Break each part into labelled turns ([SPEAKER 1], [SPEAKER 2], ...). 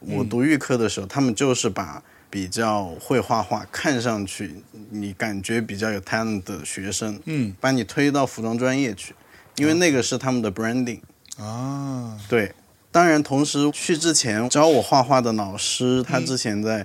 [SPEAKER 1] 嗯
[SPEAKER 2] 我读预科的时候，他们就是把比较会画画、看上去你感觉比较有 talent 的学生，
[SPEAKER 1] 嗯
[SPEAKER 2] 把你推到服装专业去，因为那个是他们的 branding。
[SPEAKER 1] 啊，
[SPEAKER 2] 对，当然，同时去之前教我画画的老师，
[SPEAKER 1] 嗯
[SPEAKER 2] 他之前在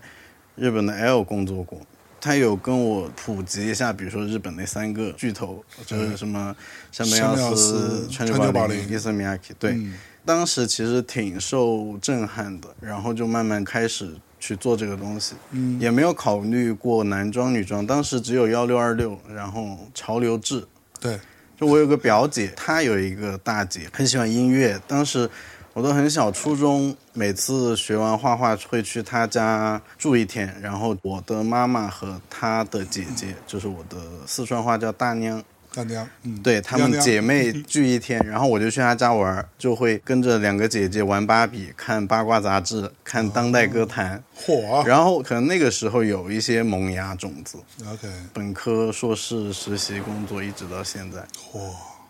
[SPEAKER 2] 日本的 L 工作过，他有跟我普及一下，比如说日本那三个巨头，就是什么山
[SPEAKER 1] 嗯
[SPEAKER 2] 本
[SPEAKER 1] 山本
[SPEAKER 2] 耀
[SPEAKER 1] 耀
[SPEAKER 2] 司
[SPEAKER 1] 司、川
[SPEAKER 2] 川
[SPEAKER 1] 久
[SPEAKER 2] 久
[SPEAKER 1] 保
[SPEAKER 2] 保玲、
[SPEAKER 1] 玲
[SPEAKER 2] 伊森米亚基。对，
[SPEAKER 1] 嗯
[SPEAKER 2] 当时其实挺受震撼的，然后就慢慢开始去做这个东西，
[SPEAKER 1] 嗯
[SPEAKER 2] 也没有考虑过男装、女装，当时只有幺六二六，然后潮流制，
[SPEAKER 1] 对，
[SPEAKER 2] 就我有个表姐，她有一个大姐很喜欢音乐，当时我都很小，初中每次学完画画会去她家住一天，然后我的妈妈和她的姐姐，就是我的四川话叫大娘，
[SPEAKER 1] 大娘，嗯，
[SPEAKER 2] 对她
[SPEAKER 1] 娘
[SPEAKER 2] 们
[SPEAKER 1] 娘
[SPEAKER 2] 姐妹聚一天，然后我就去她家玩儿，就会跟着两个姐姐玩芭比、看八卦杂志、看当代歌坛，
[SPEAKER 1] 嚯啊
[SPEAKER 2] 然后可能那个时候有一些萌芽种子，
[SPEAKER 1] ，OK，
[SPEAKER 2] 本科、硕士、实习工作一直到现在。
[SPEAKER 1] 嚯！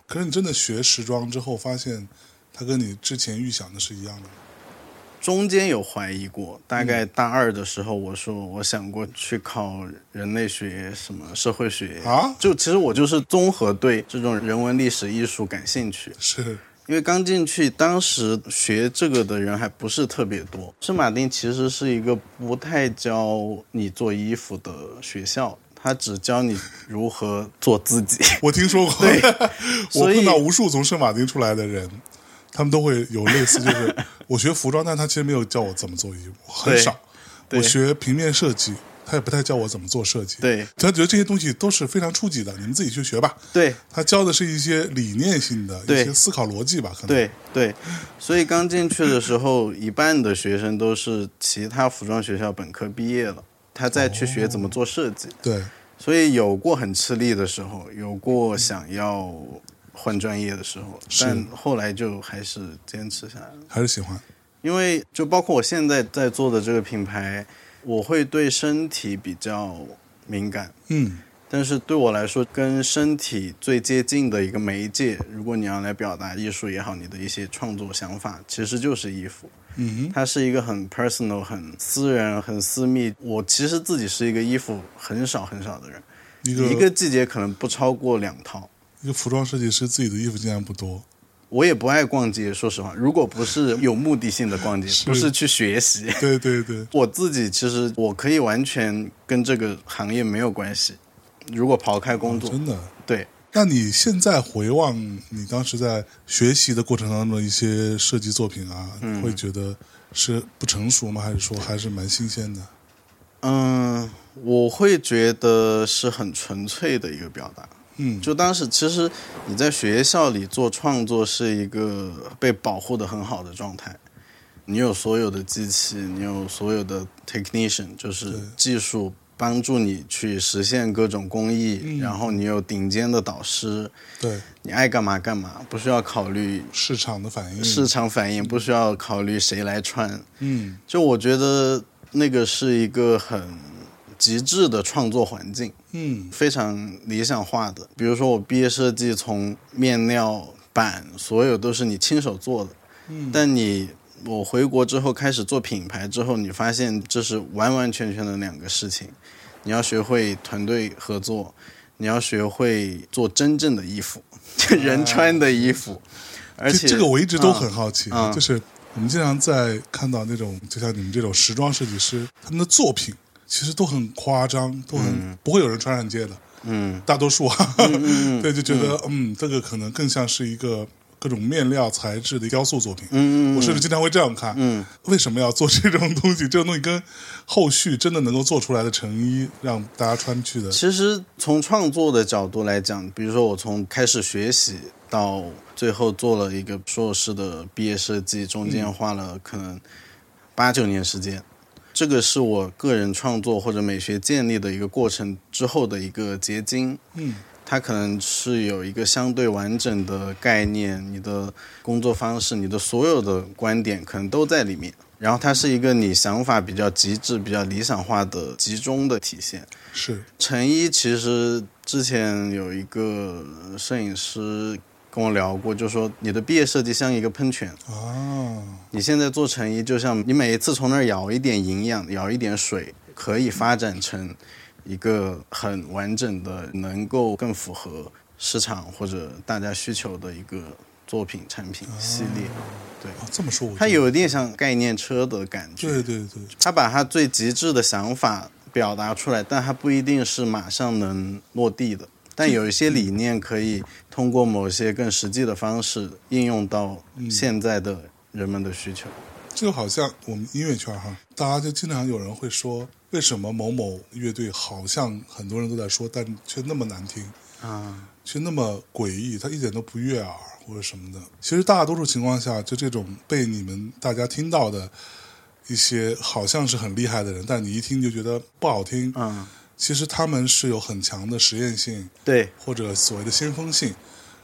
[SPEAKER 1] 可是你真的学时装之后，发现它跟你之前预想的是一样的。
[SPEAKER 2] 中间有怀疑过，大概大二的时候，我说我想过去考人类学、什么社会学
[SPEAKER 1] 啊
[SPEAKER 2] 就其实我就是综合对这种人文、历史、艺术感兴趣，
[SPEAKER 1] 是，
[SPEAKER 2] 因为刚进去，当时学这个的人还不是特别多。圣马丁其实是一个不太教你做衣服的学校，它只教你如何做自己。
[SPEAKER 1] 我听说过，我
[SPEAKER 2] 所以
[SPEAKER 1] 碰到无数从圣马丁出来的人，他们都会有类似，就是 我学服装，但他其实没有教我怎么做衣服，很
[SPEAKER 2] 对
[SPEAKER 1] 少。
[SPEAKER 2] 对
[SPEAKER 1] 我学平面设计，他也不太教我怎么做设计。
[SPEAKER 2] 对
[SPEAKER 1] 他觉得这些东西都是非常初级的，你们自己去学吧。
[SPEAKER 2] 对，
[SPEAKER 1] 他教的是一些理念性的一
[SPEAKER 2] 对
[SPEAKER 1] 些思考逻辑吧，可能。
[SPEAKER 2] 对对，所以刚进去的时候，一半的学生都是其他服装学校本科毕业了，他再去学怎么做设计。
[SPEAKER 1] 对
[SPEAKER 2] 所以有过很吃力的时候，有过想要换专业的时候，但后来就还是坚持下来了。
[SPEAKER 1] 还是喜欢。
[SPEAKER 2] 因为就包括我现在在做的这个品牌，我会对身体比较敏感。
[SPEAKER 1] 嗯，
[SPEAKER 2] 但是对我来说，跟身体最接近的一个媒介，如果你要来表达艺术也好，你的一些创作想法，其实就是衣服。
[SPEAKER 1] 嗯
[SPEAKER 2] 它是一个很 personal、很私人、很私密。我其实自己是一个衣服很少很少的人，
[SPEAKER 1] 哼，一个
[SPEAKER 2] 一个季节可能不超过两套。
[SPEAKER 1] 一个服装设计师自己的衣服竟然不多，
[SPEAKER 2] 我也不爱逛街，说实话，如果不是有目的性的逛街，不是去学习。
[SPEAKER 1] 对对对，
[SPEAKER 2] 我自己其实我可以完全跟这个行业没有关系。如果刨开工作，
[SPEAKER 1] 啊真的。
[SPEAKER 2] 对，
[SPEAKER 1] 那你现在回望你当时在学习的过程当中的一些设计作品啊，
[SPEAKER 2] 嗯
[SPEAKER 1] 会觉得是不成熟吗？还是说还是蛮新鲜的？
[SPEAKER 2] 嗯，我会觉得是很纯粹的一个表达。
[SPEAKER 1] 嗯，
[SPEAKER 2] 就当时其实你在学校里做创作是一个被保护的很好的状态，你有所有的机器，你有所有的 technician，就是技术帮助你去实现各种工艺，
[SPEAKER 1] 嗯
[SPEAKER 2] 然后你有顶尖的导师，
[SPEAKER 1] 对
[SPEAKER 2] 你爱干嘛干嘛，不需要考虑
[SPEAKER 1] 市场的反应
[SPEAKER 2] 市，场反应，不需要考虑谁来穿，
[SPEAKER 1] 嗯，
[SPEAKER 2] 就我觉得那个是一个很极致的创作环境，
[SPEAKER 1] 嗯
[SPEAKER 2] 非常理想化的。比如说我毕业设计从面料、板，所有都是你亲手做的，
[SPEAKER 1] 嗯
[SPEAKER 2] 但你。我回国之后开始做品牌之后，你发现这是完完全全的两个事情。你要学会团队合作，你要学会做真正的衣服， 就人穿的衣服。而
[SPEAKER 1] 啊这
[SPEAKER 2] 且
[SPEAKER 1] 这个我一直都很
[SPEAKER 2] 嗯
[SPEAKER 1] 好奇，
[SPEAKER 2] 嗯
[SPEAKER 1] 就是我们经常在看到那种，就像你们这种时装设计师，他们的作品其实都很夸张，都很、不会有人穿上街的，
[SPEAKER 2] 嗯
[SPEAKER 1] 大多数啊， 对，就觉得嗯这个可能更像是一个各种面料材质的雕塑作品。
[SPEAKER 2] 嗯嗯
[SPEAKER 1] 我甚至经常会这样看，
[SPEAKER 2] 嗯，
[SPEAKER 1] 为什么要做这种东西？这种东西跟后续真的能够做出来的成衣，让大家穿去的，
[SPEAKER 2] 其实从创作的角度来讲，比如说我从开始学习到最后做了一个硕士的毕业设计，中间花了可能八九年时间。这个是我个人创作或者美学建立的一个过程之后的一个结晶，
[SPEAKER 1] 嗯，
[SPEAKER 2] 它可能是有一个相对完整的概念，你的工作方式、你的所有的观点可能都在里面。然后它是一个你想法比较极致、比较理想化的集中的体现。
[SPEAKER 1] 是
[SPEAKER 2] 陈一其实之前有一个摄影师跟我聊过，就说你的毕业设计像一个喷泉，
[SPEAKER 1] 啊，
[SPEAKER 2] 你现在做成衣，就像你每一次从那儿舀一点营养，舀一点水，可以发展成一个很完整的，能够更符合市场或者大家需求的一个作品产品系列。对，
[SPEAKER 1] 啊这么说我就
[SPEAKER 2] 它有一点像概念车的感觉。
[SPEAKER 1] 对对对，
[SPEAKER 2] 他把他最极致的想法表达出来，但他不一定是马上能落地的。但有一些理念可以通过某些更实际的方式应用到现在的人们的需求。
[SPEAKER 1] 这个好像我们音乐圈哈，大家就经常有人会说，为什么某某乐队好像很多人都在说，但却那么难听，
[SPEAKER 2] 啊，
[SPEAKER 1] 却那么诡异，它一点都不悦耳或者什么的。其实大多数情况下，就这种被你们大家听到的一些好像是很厉害的人，但你一听就觉得不好听，
[SPEAKER 2] 嗯，
[SPEAKER 1] 其实他们是有很强的实验性
[SPEAKER 2] 对，
[SPEAKER 1] 或者所谓的先锋性，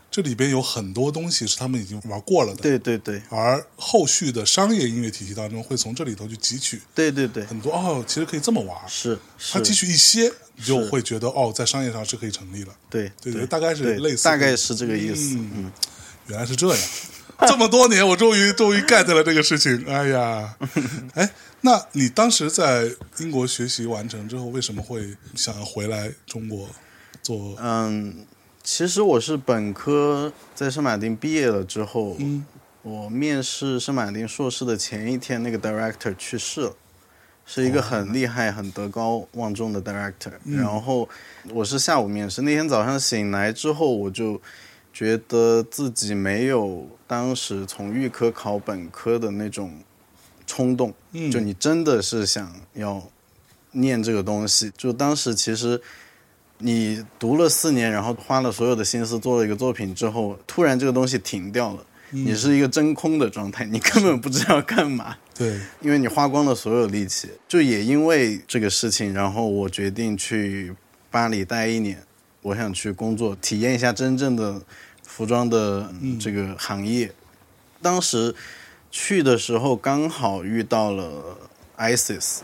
[SPEAKER 1] 这里边有很多东西是他们已经玩过了的。
[SPEAKER 2] 对对对，
[SPEAKER 1] 而后续的商业音乐体系当中，会从这里头去汲取
[SPEAKER 2] 对对对，
[SPEAKER 1] 很多哦，其实可以这么玩。
[SPEAKER 2] 是
[SPEAKER 1] 它汲
[SPEAKER 2] 是，
[SPEAKER 1] 取一些，你就会觉得哦，在商业上是可以成立的。
[SPEAKER 2] 对
[SPEAKER 1] 对大概是
[SPEAKER 2] 对
[SPEAKER 1] 类似的
[SPEAKER 2] 大概是这个意思。嗯，
[SPEAKER 1] 原来是这样，这么多年我终于终于 get 了这个事情。哎呀，哎，那你当时在英国学习完成之后，为什么会想要回来中国做？
[SPEAKER 2] 嗯，其实我是本科在圣马丁毕业了之后，
[SPEAKER 1] 嗯
[SPEAKER 2] 我面试圣马丁硕士的前一天，那个 director 去世了，是一个很厉害、很德高望重的 director、然后我是下午面试，那天早上醒来之后，我就觉得自己没有当时从预科考本科的那种冲动，
[SPEAKER 1] 嗯
[SPEAKER 2] 就你真的是想要念这个东西。就当时其实你读了四年，然后花了所有的心思做了一个作品之后，突然这个东西停掉了，
[SPEAKER 1] 嗯
[SPEAKER 2] 啊你是一个真空的状态，你根本不知道干嘛，
[SPEAKER 1] 对，
[SPEAKER 2] 因为你花光了所有力气。就也因为这个事情，然后我决定去巴黎待一年，我想去工作，体验一下真正的服装的、嗯这个行业。当时去的时候刚好遇到了 ISIS。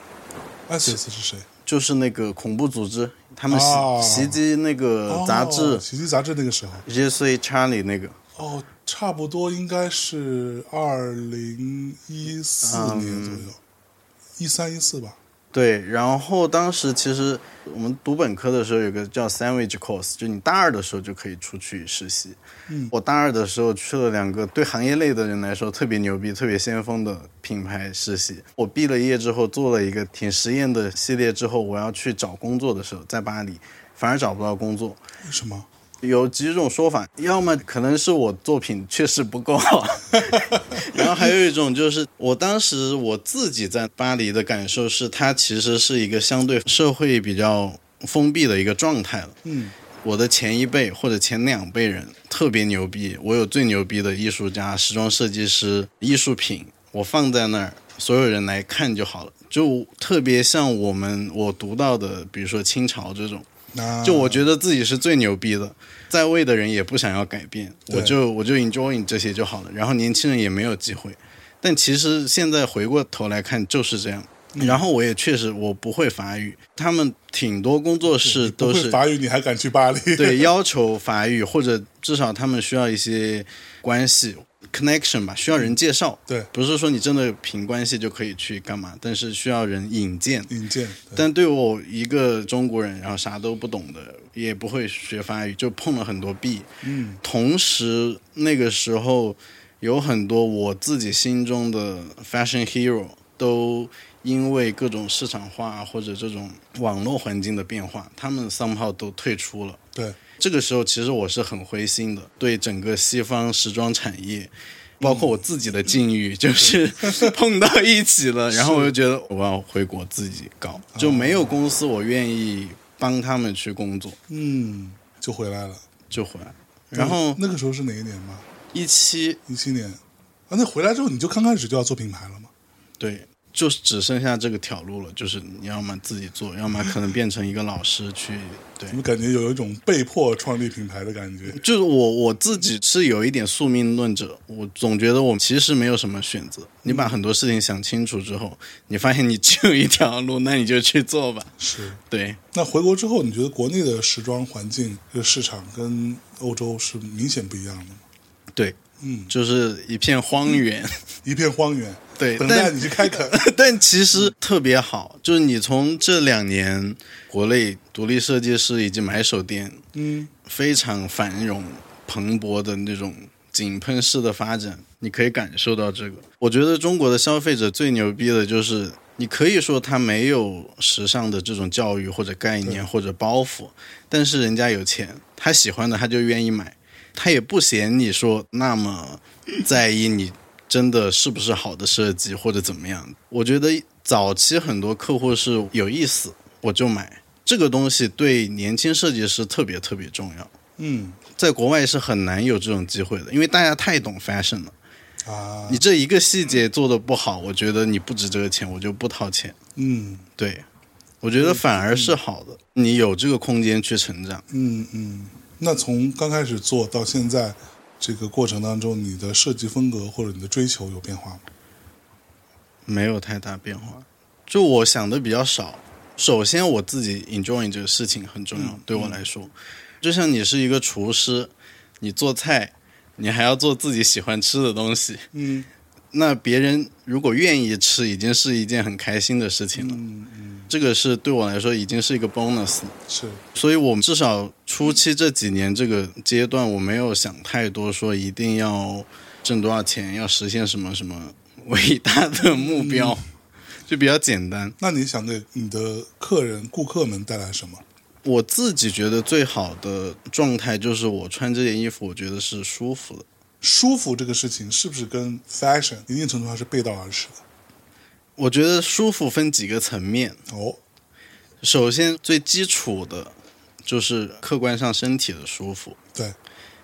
[SPEAKER 1] ISIS 是谁？
[SPEAKER 2] 就是那个恐怖组织，他们袭、
[SPEAKER 1] 哦
[SPEAKER 2] 袭击那个
[SPEAKER 1] 哦
[SPEAKER 2] 呃杂志
[SPEAKER 1] 《
[SPEAKER 2] 《
[SPEAKER 1] 喜剧杂志》那个时候。
[SPEAKER 2] Yes We Charlie》那个，
[SPEAKER 1] 哦，差不多应该是二零一四
[SPEAKER 2] 嗯
[SPEAKER 1] 年左右，一三一四吧。
[SPEAKER 2] 对。然后当时其实我们读本科的时候有个叫 Sandwich Course，就你大二的时候就可以出去实习。
[SPEAKER 1] 嗯
[SPEAKER 2] 我大二的时候去了两个对行业内的人来说特别牛逼、特别先锋的品牌实习。我毕了业之后做了一个挺实验的系列，之后我要去找工作的时候，在巴黎反而找不到工作。
[SPEAKER 1] 为什么？
[SPEAKER 2] 有几种说法，要么可能是我作品确实不够好， 然后还有一种就是我当时我自己在巴黎的感受是，它其实是一个相对社会比较封闭的一个状态了。
[SPEAKER 1] 嗯，
[SPEAKER 2] 我的前一辈或者前两辈人特别牛逼，我有最牛逼的艺术家、时装设计师、艺术品，我放在那儿，所有人来看就好了。就特别像我们我读到的，比如说清朝这种，
[SPEAKER 1] 那
[SPEAKER 2] 就我觉得自己是最牛逼的，在位的人也不想要改变，
[SPEAKER 1] 对
[SPEAKER 2] 我就我就 enjoying 这些就好了。然后年轻人也没有机会，但其实现在回过头来看就是这样。
[SPEAKER 1] 嗯
[SPEAKER 2] 然后我也确实我不会法语，他们挺多工作室
[SPEAKER 1] 你不
[SPEAKER 2] 都
[SPEAKER 1] 会
[SPEAKER 2] 是
[SPEAKER 1] 法语，你还敢去巴黎？
[SPEAKER 2] 对，要求法语，或者至少他们需要一些关系 connection 吧，需要人介绍。
[SPEAKER 1] 对
[SPEAKER 2] 不是说你真的凭关系就可以去干嘛，但是需要人引荐。
[SPEAKER 1] 引荐。对
[SPEAKER 2] 但对我一个中国人，然后啥都不懂的，也不会学法语，就碰了很多壁。
[SPEAKER 1] 嗯，
[SPEAKER 2] 同时那个时候有很多我自己心中的 fashion hero 都因为各种市场化或者这种网络环境的变化，他们 somehow 都退出了。
[SPEAKER 1] 对，
[SPEAKER 2] 这个时候其实我是很灰心的，对整个西方时装产业，包括我自己的境遇，就是碰到一起了，然后我就觉得我要回国自己搞，就没有公司我愿意帮他们去工作，
[SPEAKER 1] 嗯，就回来了。
[SPEAKER 2] 就回来。然后
[SPEAKER 1] 那个时候是哪一年吧？
[SPEAKER 2] 一期
[SPEAKER 1] 一七年。啊，那回来之后你就刚开始就要做品牌了吗？
[SPEAKER 2] 对，就只剩下这个条路了，就是你要么自己做，要么可能变成一个老师去。对
[SPEAKER 1] 怎，么感觉有一种被迫创立品牌的感觉？
[SPEAKER 2] 就是我我自己是有一点宿命论者，我总觉得我其实没有什么选择。你把很多事情想清楚之后，你发现你只有一条路，那你就去做吧。
[SPEAKER 1] 是。
[SPEAKER 2] 对，
[SPEAKER 1] 那回国之后，你觉得国内的时装环境、这个市场跟欧洲是明显不一样的吗？
[SPEAKER 2] 对，
[SPEAKER 1] 嗯，
[SPEAKER 2] 就是一片荒原。
[SPEAKER 1] 一片荒原，
[SPEAKER 2] 对，
[SPEAKER 1] 等
[SPEAKER 2] 但
[SPEAKER 1] 待你去开垦。
[SPEAKER 2] 但其实特别好，就是你从这两年国内独立设计师以及买手店
[SPEAKER 1] 嗯，
[SPEAKER 2] 非常繁荣蓬勃的那种井喷式的发展，你可以感受到这个。我觉得中国的消费者最牛逼的就是，你可以说他没有时尚的这种教育或者概念或者包袱，但是人家有钱，他喜欢的他就愿意买，他也不嫌你说那么在意你真的是不是好的设计或者怎么样。我觉得早期很多客户是有意思我就买。这个东西对年轻设计师特别特别重要，
[SPEAKER 1] 嗯
[SPEAKER 2] 在国外是很难有这种机会的，因为大家太懂 fashion 了。
[SPEAKER 1] 啊
[SPEAKER 2] 你，这一个细节做的不好，我觉得你不值这个钱，我就不掏钱。
[SPEAKER 1] 嗯
[SPEAKER 2] 对，我觉得反而是好的，你有这个空间去成长。
[SPEAKER 1] 嗯嗯。那从刚开始做到现在，这个过程当中，你的设计风格或者你的追求有变化吗？
[SPEAKER 2] 没有太大变化。就我想的比较少。首先，我自己 enjoy 这个事情很重要，
[SPEAKER 1] 嗯
[SPEAKER 2] 对我来说，就像你是一个厨师，你做菜，你还要做自己喜欢吃的东西。
[SPEAKER 1] 嗯
[SPEAKER 2] 那别人如果愿意吃，已经是一件很开心的事情了。
[SPEAKER 1] 嗯嗯，
[SPEAKER 2] 这个是对我来说已经是一个 bonus 了。
[SPEAKER 1] 是
[SPEAKER 2] 所以，我们至少初期这几年这个阶段，我没有想太多，说一定要挣多少钱，要实现什么什么伟大的目标，就比较简单。
[SPEAKER 1] 那你想给你的客人、顾客们带来什么？
[SPEAKER 2] 我自己觉得最好的状态就是我穿这件衣服，我觉得是舒服的。
[SPEAKER 1] 舒服这个事情是不是跟 fashion 一定程度上是背道而驰的？
[SPEAKER 2] 我觉得舒服分几个层面，
[SPEAKER 1] 哦，
[SPEAKER 2] 首先最基础的就是客观上身体的舒服，
[SPEAKER 1] 对，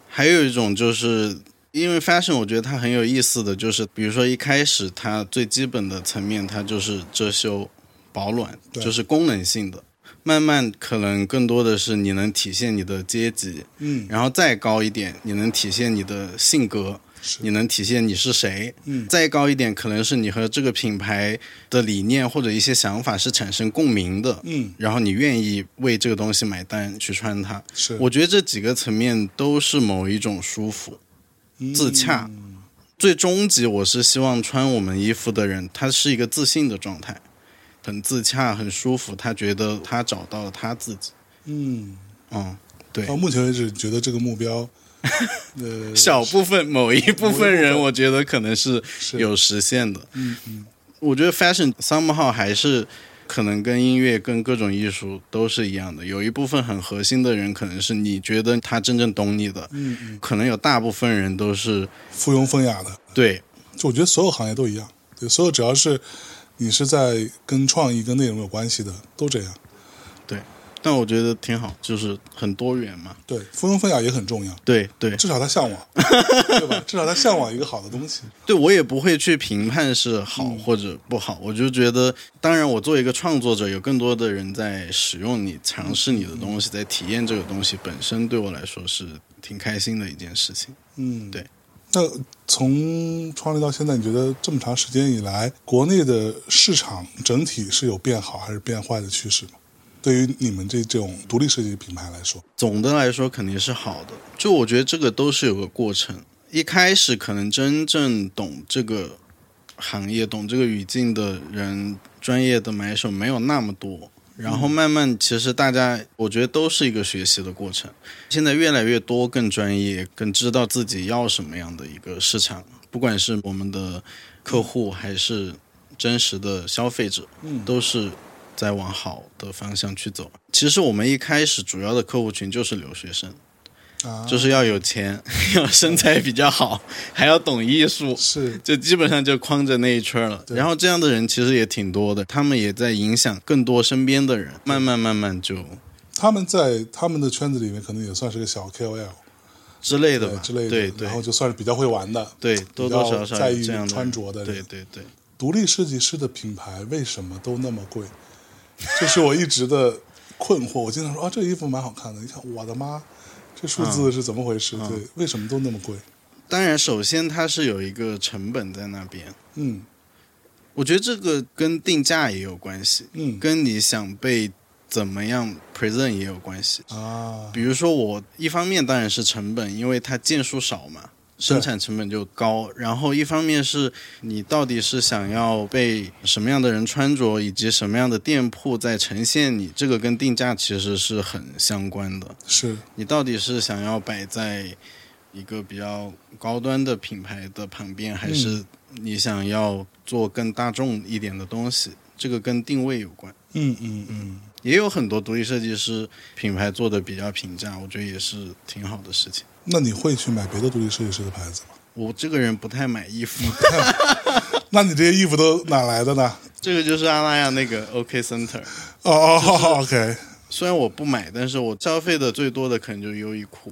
[SPEAKER 2] 还有一种就是因为 fashion，我觉得它很有意思的就是，比如说一开始它最基本的层面，它就是遮羞、保暖，
[SPEAKER 1] 对
[SPEAKER 2] 就是功能性的。慢慢可能更多的是你能体现你的阶级，
[SPEAKER 1] 嗯，
[SPEAKER 2] 然后再高一点，你能体现你的性格，
[SPEAKER 1] 是
[SPEAKER 2] 你能体现你是谁。
[SPEAKER 1] 嗯
[SPEAKER 2] 再高一点，可能是你和这个品牌的理念或者一些想法是产生共鸣的，
[SPEAKER 1] 嗯
[SPEAKER 2] 然后你愿意为这个东西买单去穿它。
[SPEAKER 1] 是
[SPEAKER 2] 我觉得这几个层面都是某一种舒服。自洽
[SPEAKER 1] 嗯
[SPEAKER 2] 最终极，我是希望穿我们衣服的人，他是一个自信的状态，很自洽，很舒服，他觉得他找到了他自己。
[SPEAKER 1] 嗯，
[SPEAKER 2] 嗯，对。
[SPEAKER 1] 到目前为止，觉得这个目标， 呃，
[SPEAKER 2] 小部分某一部分人， 我觉得可能是
[SPEAKER 1] 是
[SPEAKER 2] 有实现的。
[SPEAKER 1] 嗯嗯
[SPEAKER 2] 我觉得 fashion somehow 还是可能跟音乐、跟各种艺术都是一样的，有一部分很核心的人，可能是你觉得他真正懂你的，
[SPEAKER 1] 嗯嗯，
[SPEAKER 2] 可能有大部分人都是
[SPEAKER 1] 附庸风雅的，
[SPEAKER 2] 对
[SPEAKER 1] 就我觉得所有行业都一样，对，所有只要是你是在跟创意、跟内容有关系的，都这样。
[SPEAKER 2] 对，但我觉得挺好，就是很多元嘛。
[SPEAKER 1] 对，附庸风雅也很重要，
[SPEAKER 2] 对对
[SPEAKER 1] 至少他向 往，对吧？至少他向往一个好的东西。
[SPEAKER 2] 对，我也不会去评判是好
[SPEAKER 1] 嗯
[SPEAKER 2] 或者不好，我就觉得，当然我作为一个创作者，有更多的人在使用你、尝试你的
[SPEAKER 1] 嗯
[SPEAKER 2] 东西，在体验这个东西本身，对我来说是挺开心的一件事情。
[SPEAKER 1] 嗯，
[SPEAKER 2] 对。
[SPEAKER 1] 那从创立到现在，你觉得这么长时间以来，国内的市场整体是有变好还是变坏的趋势吗？对于你们这这种独立设计品牌来说，
[SPEAKER 2] 总的来说肯定是好的。就我觉得这个都是有个过程，一开始可能真正懂这个行业、懂这个语境的人，专业的买手没有那么多。然后慢慢，其实大家我觉得都是一个学习的过程。现在越来越多更专业、更知道自己要什么样的一个市场，不管是我们的客户还是真实的消费者，
[SPEAKER 1] 嗯
[SPEAKER 2] 都是在往好的方向去走。其实我们一开始主要的客户群就是留学生，
[SPEAKER 1] 啊，
[SPEAKER 2] 就是要有钱， 要身材比较 好，还要懂艺术，
[SPEAKER 1] 是
[SPEAKER 2] 就基本上就框着那一圈了。
[SPEAKER 1] 对
[SPEAKER 2] 然后这样的人其实也挺多的，他们也在影响更多身边的人，慢慢慢慢就
[SPEAKER 1] 他们在他们的圈子里面，可能也算是个小 KOL
[SPEAKER 2] 之类的
[SPEAKER 1] 对
[SPEAKER 2] 吧，
[SPEAKER 1] 之类的，
[SPEAKER 2] 对对
[SPEAKER 1] 然后就算是比较会玩的，
[SPEAKER 2] 对，
[SPEAKER 1] 较
[SPEAKER 2] 多多少少
[SPEAKER 1] 在
[SPEAKER 2] 有
[SPEAKER 1] 意
[SPEAKER 2] 这样的人
[SPEAKER 1] 穿着的人
[SPEAKER 2] 对对对，
[SPEAKER 1] 独立设计师的品牌为什么都那么贵？这是我一直的困惑。我经常说啊，这衣服蛮好看的，一看我的妈，这数字是怎么回
[SPEAKER 2] 嗯
[SPEAKER 1] 事？对，为什么都那么贵？
[SPEAKER 2] 当然，首先它是有一个成本在那边，
[SPEAKER 1] 嗯
[SPEAKER 2] 我觉得这个跟定价也有关系，
[SPEAKER 1] 嗯
[SPEAKER 2] 跟你想被怎么样 present 也有关系。
[SPEAKER 1] 啊，
[SPEAKER 2] 比如说我一方面当然是成本，因为它件数少嘛，生产成本就高。然后一方面是你到底是想要被什么样的人穿着，以及什么样的店铺在呈现你，这个跟定价其实是很相关的。
[SPEAKER 1] 是
[SPEAKER 2] 你到底是想要摆在一个比较高端的品牌的旁边，还是你想要做更大众一点的东西？这个跟定位有关。
[SPEAKER 1] 嗯嗯嗯，
[SPEAKER 2] 也有很多独立设计师品牌做的比较平价，我觉得也是挺好的事情。
[SPEAKER 1] 那你会去买别的独立设计师的牌子吗？
[SPEAKER 2] 我这个人不太买衣服，
[SPEAKER 1] 那你这些衣服都哪来的呢？
[SPEAKER 2] 这个就是阿拉亚那个 OK Center。
[SPEAKER 1] 哦哦、o k
[SPEAKER 2] 虽然我不买，但是我消费的最多的可能就是优衣库。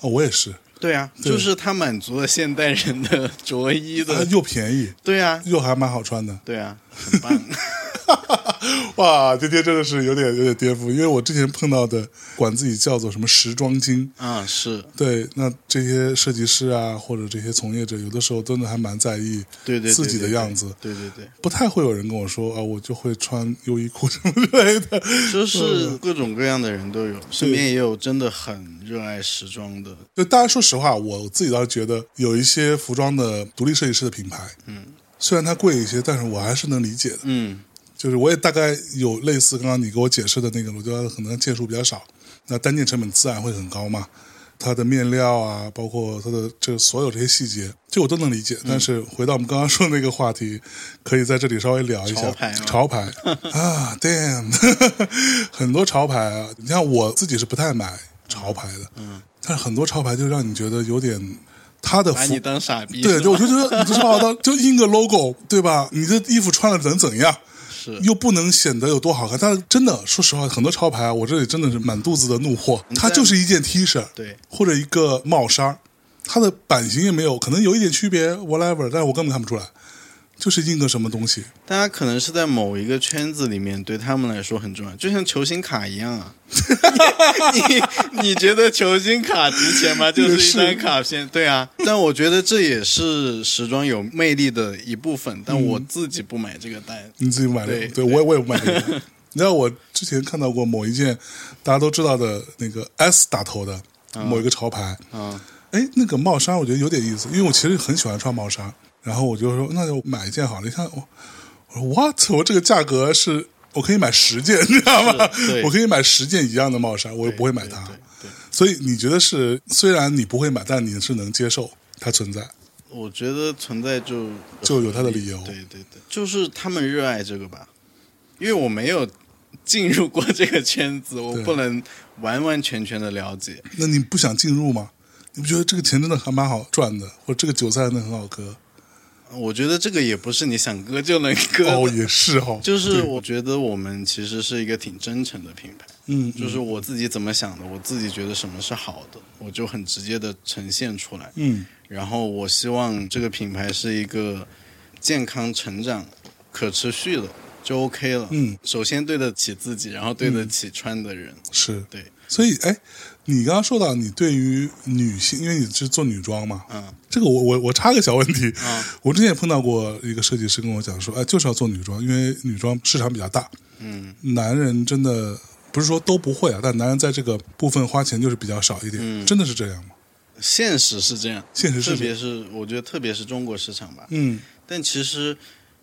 [SPEAKER 1] 哦，我也是，
[SPEAKER 2] 对啊，就是它满足了现代人的着 衣
[SPEAKER 1] 它
[SPEAKER 2] 的。
[SPEAKER 1] 又便宜
[SPEAKER 2] 对啊，
[SPEAKER 1] 又还蛮好穿的。
[SPEAKER 2] 对啊，很棒。
[SPEAKER 1] 哇，今天真的是有点有点颠覆，因为我之前碰到的管自己叫做什么时装精，
[SPEAKER 2] 啊，是
[SPEAKER 1] 对，那这些设计师啊，或者这些从业者，有的时候真的还蛮在意
[SPEAKER 2] 对对对
[SPEAKER 1] 自己的样子，
[SPEAKER 2] 对对对，
[SPEAKER 1] 不太会有人跟我说啊，我就会穿优衣库什么之类的。嗯
[SPEAKER 2] 就是各种各样的人都有，身边也有真的很热爱时装的，
[SPEAKER 1] 就当然，说实话，我自己倒是觉得有一些服装的独立设计师的品牌，嗯，虽然它贵一些，但是我还是能理解的。
[SPEAKER 2] 嗯，
[SPEAKER 1] 就是我也大概有类似刚刚你给我解释的那个罗德可能件数比较少，那单件成本自然会很高嘛。它的面料啊，包括它的这所有这些细节，这我都能理
[SPEAKER 2] 嗯
[SPEAKER 1] 解。但是回到我们刚刚说的那个话题，可以在这里稍微聊一下
[SPEAKER 2] 潮牌吗
[SPEAKER 1] 潮 牌啊，damn，很 多潮牌啊，你像我自己是不太买潮牌的，嗯，但是很多潮牌就让你觉得有点它的
[SPEAKER 2] 把
[SPEAKER 1] 服
[SPEAKER 2] 你当傻逼，
[SPEAKER 1] 对，
[SPEAKER 2] 是
[SPEAKER 1] 就我
[SPEAKER 2] 吧
[SPEAKER 1] 就觉得你这是把我 当就印个 logo 对吧？你这衣服穿了能怎样？
[SPEAKER 2] 是
[SPEAKER 1] 又不能显得有多好看，但是真的，说实话，很多潮牌啊，我这里真的是满肚子的怒火。它就是一件 T 恤，
[SPEAKER 2] 对
[SPEAKER 1] 或者一个帽衫，它的版型也没有，可能有一点区别，whatever，但是我根本看不出来，就是印个什么东西。
[SPEAKER 2] 大家可能是在某一个圈子里面，对他们来说很重要，就像球星卡一 样啊。你你你觉得球星卡值钱吗？就是一张卡片，对啊。但我觉得这也是时装有魅力的一部分，但我自己不买这个单。
[SPEAKER 1] 你自己买的，
[SPEAKER 2] 对
[SPEAKER 1] 对我也我也不买这 个。你知道我之前看到过某一件大家都知道的那个 S 打头的某一个潮牌，
[SPEAKER 2] 啊，
[SPEAKER 1] 哎，那个帽衫我觉得有点意思，因为我其实很喜欢穿帽衫，然后我就说那就买一件好了。一看我，我说 what，我这个价格是我可以买十件， 你知道吗
[SPEAKER 2] 是对？
[SPEAKER 1] 我可以买十件一样的帽衫，我又
[SPEAKER 2] 对
[SPEAKER 1] 不会买它
[SPEAKER 2] 对。对对
[SPEAKER 1] 所以你觉得是，虽然你不会买，但你是能接受它存在。
[SPEAKER 2] 我觉得存在就
[SPEAKER 1] 就有它的理由
[SPEAKER 2] 对对对，就是他们热爱这个吧，因为我没有进入过这个圈子，我
[SPEAKER 1] 对
[SPEAKER 2] 不能完完全全的了解。
[SPEAKER 1] 那你不想进入吗？你不觉得这个钱真的还蛮好赚的，或者这个韭菜真的很好哦割？
[SPEAKER 2] 我觉得这个也不是你想割就能割的，
[SPEAKER 1] 哦， 也是哦，
[SPEAKER 2] 就是
[SPEAKER 1] 对
[SPEAKER 2] 我觉得我们其实是一个挺真诚的品牌，
[SPEAKER 1] 嗯，
[SPEAKER 2] 就是我自己怎么想的，我自己觉得什么是好的，我就很直接的呈现出来。
[SPEAKER 1] 嗯
[SPEAKER 2] 然后我希望这个品牌是一个健康成长、可持续的，就 OK 了。
[SPEAKER 1] 嗯，
[SPEAKER 2] 首先对得起自己，然后对得起穿的人。
[SPEAKER 1] 是
[SPEAKER 2] 对，
[SPEAKER 1] 所以，哎，你刚刚说到你对于女性，因为你是做女装嘛，
[SPEAKER 2] 嗯，
[SPEAKER 1] 这个我我我插个小问题，
[SPEAKER 2] 嗯
[SPEAKER 1] 我之前也碰到过一个设计师跟我讲说，哎，就是要做女装，因为女装市场比较大，
[SPEAKER 2] 嗯
[SPEAKER 1] 男人真的不是说都不会啊，但男人在这个部分花钱就是比较少一点，
[SPEAKER 2] 嗯
[SPEAKER 1] 真的是这样吗？
[SPEAKER 2] 现实是这样，
[SPEAKER 1] 现实是
[SPEAKER 2] 特
[SPEAKER 1] 这样
[SPEAKER 2] 别是我觉得特别是中国市场吧，
[SPEAKER 1] 嗯
[SPEAKER 2] 但其实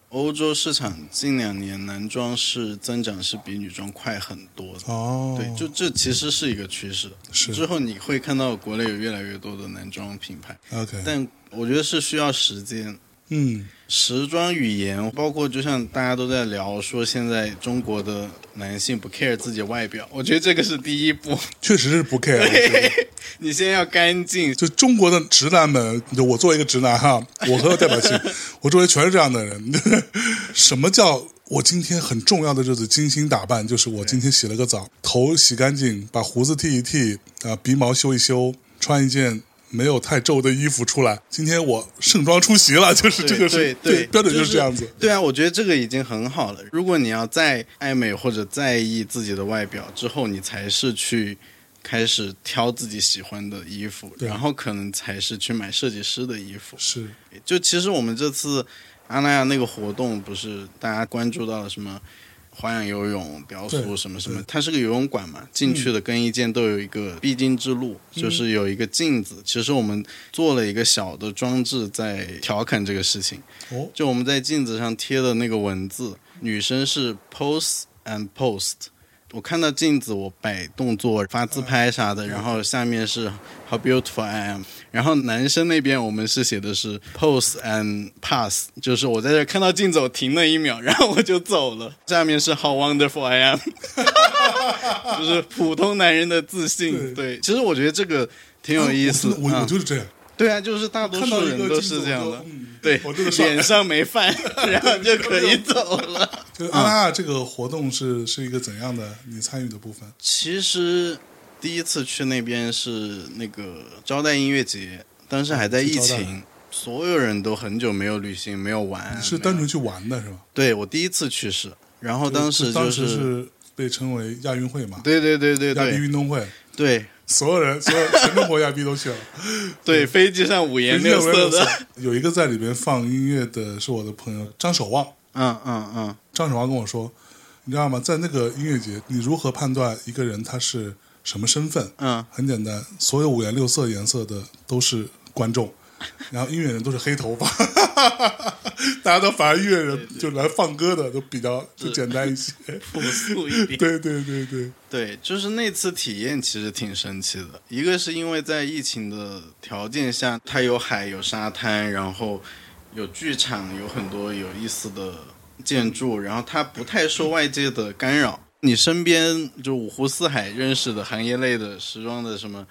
[SPEAKER 2] 欧洲市场近两年男装是增长是比女装快很多的。
[SPEAKER 1] 哦，
[SPEAKER 2] 对，就这其实是一个趋势。
[SPEAKER 1] 是
[SPEAKER 2] 之后你会看到国内有越来越多的男装品牌，
[SPEAKER 1] OK，
[SPEAKER 2] 但我觉得是需要时间。
[SPEAKER 1] 嗯
[SPEAKER 2] 时装语言，包括就像大家都在聊说，现在中国的男性不 care 自己外表，我觉得这个是第一步。
[SPEAKER 1] 确实是不 care，我觉得
[SPEAKER 2] 你先要干净，
[SPEAKER 1] 就中国的直男们，就我作为一个直男 哈，我很有代表性，我周围全是这样的人。 什么叫我今天很重要的日子精心打扮？就是我今天洗了个澡，头洗干净，把胡子剃一剃，啊、鼻毛修一修，穿一件没有太皱的衣服出来。今天我盛装出席了， 就是这个是
[SPEAKER 2] 对对
[SPEAKER 1] 标准
[SPEAKER 2] 就
[SPEAKER 1] 就是这样子。
[SPEAKER 2] 对啊，我觉得这个已经很好了。如果你要再爱美或者在意自己的外表之后，你才是去开始挑自己喜欢的衣服，
[SPEAKER 1] 对
[SPEAKER 2] 然后可能才是去买设计师的衣服。
[SPEAKER 1] 是
[SPEAKER 2] 就其实我们这次阿那亚那个活动，不是大家关注到了什么花样游泳、雕塑
[SPEAKER 1] 对
[SPEAKER 2] 什么什么
[SPEAKER 1] 对，嗯
[SPEAKER 2] 它是个游泳馆嘛，进去的更衣间都有一个必经之路，就是有一个镜子。其实我们做了一个小的装置在调侃这个事情，
[SPEAKER 1] 哦，
[SPEAKER 2] 就我们在镜子上贴的那个文字，女生是 pose and post。我看到镜子，我摆动作、发自拍啥
[SPEAKER 1] 嗯
[SPEAKER 2] 的，然后下面是 How beautiful I am。然后男生那边我们是写的是 pose and pass，就是我在这看到镜子，我停了一秒，然后我就走了。下面是 How wonderful I am，就是普通男人的自信。
[SPEAKER 1] 对啊
[SPEAKER 2] 对，其实我觉得这个挺有意思。
[SPEAKER 1] 我我
[SPEAKER 2] 嗯
[SPEAKER 1] 我就是这样，
[SPEAKER 2] 对啊，就是大多
[SPEAKER 1] 看到
[SPEAKER 2] 数
[SPEAKER 1] 一
[SPEAKER 2] 人
[SPEAKER 1] 个
[SPEAKER 2] 都
[SPEAKER 1] 镜
[SPEAKER 2] 是
[SPEAKER 1] 子
[SPEAKER 2] 这样
[SPEAKER 1] 我
[SPEAKER 2] 的
[SPEAKER 1] 就。嗯
[SPEAKER 2] 对
[SPEAKER 1] 我这个，
[SPEAKER 2] 脸
[SPEAKER 1] 上。
[SPEAKER 2] 上没 饭，然后就可以走了。
[SPEAKER 1] 就是阿拉亚这个活动是是一个怎样的你参与的部分？
[SPEAKER 2] 其实第一次去那边是那个招待音乐节，当时还在
[SPEAKER 1] 嗯
[SPEAKER 2] 疫
[SPEAKER 1] 去招
[SPEAKER 2] 情
[SPEAKER 1] 待，
[SPEAKER 2] 所有人都很久没有旅行，没有玩。
[SPEAKER 1] 是
[SPEAKER 2] 没有
[SPEAKER 1] 单纯去玩的是吧？
[SPEAKER 2] 对我第一次去是，然后当时
[SPEAKER 1] 当
[SPEAKER 2] 就
[SPEAKER 1] 时是被称为亚运会嘛，
[SPEAKER 2] 对对对对
[SPEAKER 1] 亚庇
[SPEAKER 2] 对
[SPEAKER 1] 运动会，
[SPEAKER 2] 对
[SPEAKER 1] 所有人，所有全中国亚庇都 去了，
[SPEAKER 2] 对，飞机上五颜六色的，
[SPEAKER 1] 有一个在里边放音乐的是我的朋友张守望，
[SPEAKER 2] 嗯嗯嗯，
[SPEAKER 1] 张守望跟我说，你知道吗？在那个音乐节，你如何判断一个人他是什么身份？
[SPEAKER 2] 嗯
[SPEAKER 1] 很简单，所有五颜六色颜色的都是观众，然后音乐人都是黑头发， 大家都反而音乐人就来放歌的都比较就简单一 些。
[SPEAKER 2] 朴素一点。
[SPEAKER 1] 对对对对，
[SPEAKER 2] 对，就是那次体验其实挺神奇的。一个是因为在疫情的条件下，它有海有沙滩，然后有剧场，有很多有意思的建筑，然后它不太受外界的干扰。你身边就五湖四海认识的行业类的时装的什么，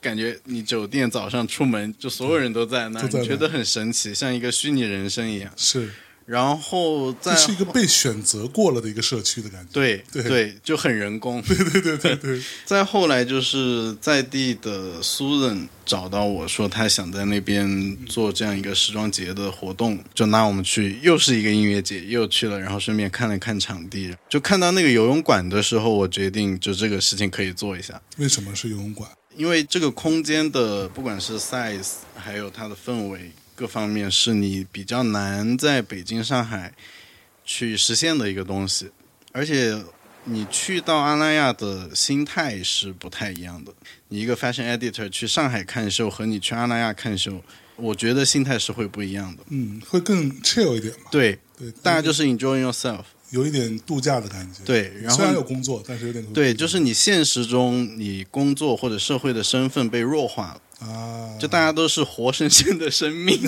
[SPEAKER 2] 感觉你酒店早上出门就所有人都在那，
[SPEAKER 1] 都在那
[SPEAKER 2] 你觉得很神奇，像一个虚拟人生一样。
[SPEAKER 1] 是
[SPEAKER 2] 然后再
[SPEAKER 1] 这是一个被选择过了的一个社区的感觉。
[SPEAKER 2] 对
[SPEAKER 1] 对
[SPEAKER 2] 对，就很人 工。
[SPEAKER 1] 对对对对，
[SPEAKER 2] 再后来就是在地的苏人找到我说，他想在那边做这样一个时装节的活动，就拉我们去，又是一个音乐节，又去了，然后顺便看了看场地。就看到那个游泳馆的时候，我决定就这个事情可以做一下，
[SPEAKER 1] 为什么是游泳馆？
[SPEAKER 2] 因为这个空间的不管是 size 还有它的氛围各方面，是你比较难在北京、上海去实现的一个东西，而且你去到阿那亚的心态是不太一样的。你一个 fashion editor 去上海看秀和你去阿那亚看秀，我觉得心态是会不一样的。嗯
[SPEAKER 1] 嗯，会更 chill 一点嘛？
[SPEAKER 2] 对，
[SPEAKER 1] 对，
[SPEAKER 2] 大家就是 enjoy yourself。
[SPEAKER 1] 有一点度假的感觉。，
[SPEAKER 2] 对，嗯然
[SPEAKER 1] 虽然有
[SPEAKER 2] 后
[SPEAKER 1] 工作，但是有点
[SPEAKER 2] 对，就是你现实中你工作或者社会的身份被弱化了，
[SPEAKER 1] 啊，
[SPEAKER 2] 就大家都是活生生的生 命，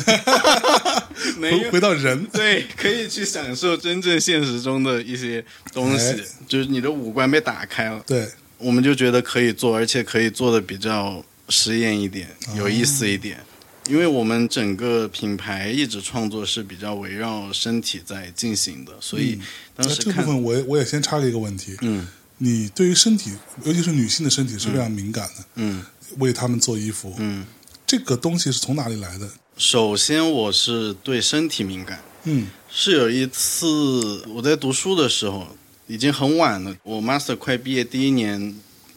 [SPEAKER 2] 没
[SPEAKER 1] 回
[SPEAKER 2] 有
[SPEAKER 1] 回到人，
[SPEAKER 2] 对，可以去享受真正现实中的一些东西，
[SPEAKER 1] 哎
[SPEAKER 2] 就是你的五官被打开了。
[SPEAKER 1] 对，
[SPEAKER 2] 我们就觉得可以做，而且可以做的比较实验一点、有意思
[SPEAKER 1] 哦
[SPEAKER 2] 一点。因为我们整个品牌一直创作是比较围绕身体在进行的，所以
[SPEAKER 1] 嗯
[SPEAKER 2] 当
[SPEAKER 1] 那
[SPEAKER 2] 时
[SPEAKER 1] 这个
[SPEAKER 2] 看
[SPEAKER 1] 部，分我也我也先插了一个问题，
[SPEAKER 2] 嗯
[SPEAKER 1] 你对于身体，尤其是女性的身体是非常敏感的，
[SPEAKER 2] 嗯
[SPEAKER 1] 为她们做衣服，
[SPEAKER 2] 嗯。
[SPEAKER 1] 这个东西是从哪里来的？
[SPEAKER 2] 首先，我是对身体敏感，
[SPEAKER 1] 嗯
[SPEAKER 2] 是有一次我在读书的时候，已经很晚了，我 master 快毕业第一年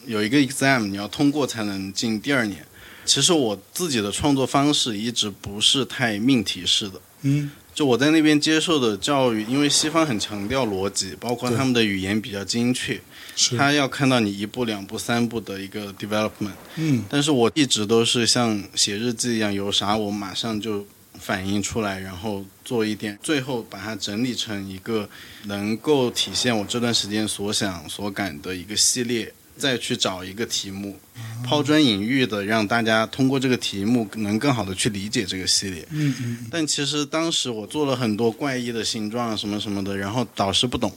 [SPEAKER 2] 有一个 exam，你要通过才能进第二年。其实我自己的创作方式一直不是太命题式的。
[SPEAKER 1] 嗯
[SPEAKER 2] 就我在那边接受的教育，因为西方很强调逻辑，包括
[SPEAKER 1] 对
[SPEAKER 2] 他们的语言比较精确，
[SPEAKER 1] 是
[SPEAKER 2] 他要看到你一步、两步、三步的一个 development。
[SPEAKER 1] 嗯
[SPEAKER 2] 但是我一直都是像写日记一样，有啥我马上就反映出来，然后做一点，最后把它整理成一个能够体现我这段时间所想所感的一个系列，再去找一个题目，抛砖引玉的让大家通过这个题目能更好的去理解这个系列。
[SPEAKER 1] 嗯嗯
[SPEAKER 2] 但其实当时我做了很多怪异的形状啊什么什么的，然后导师不懂，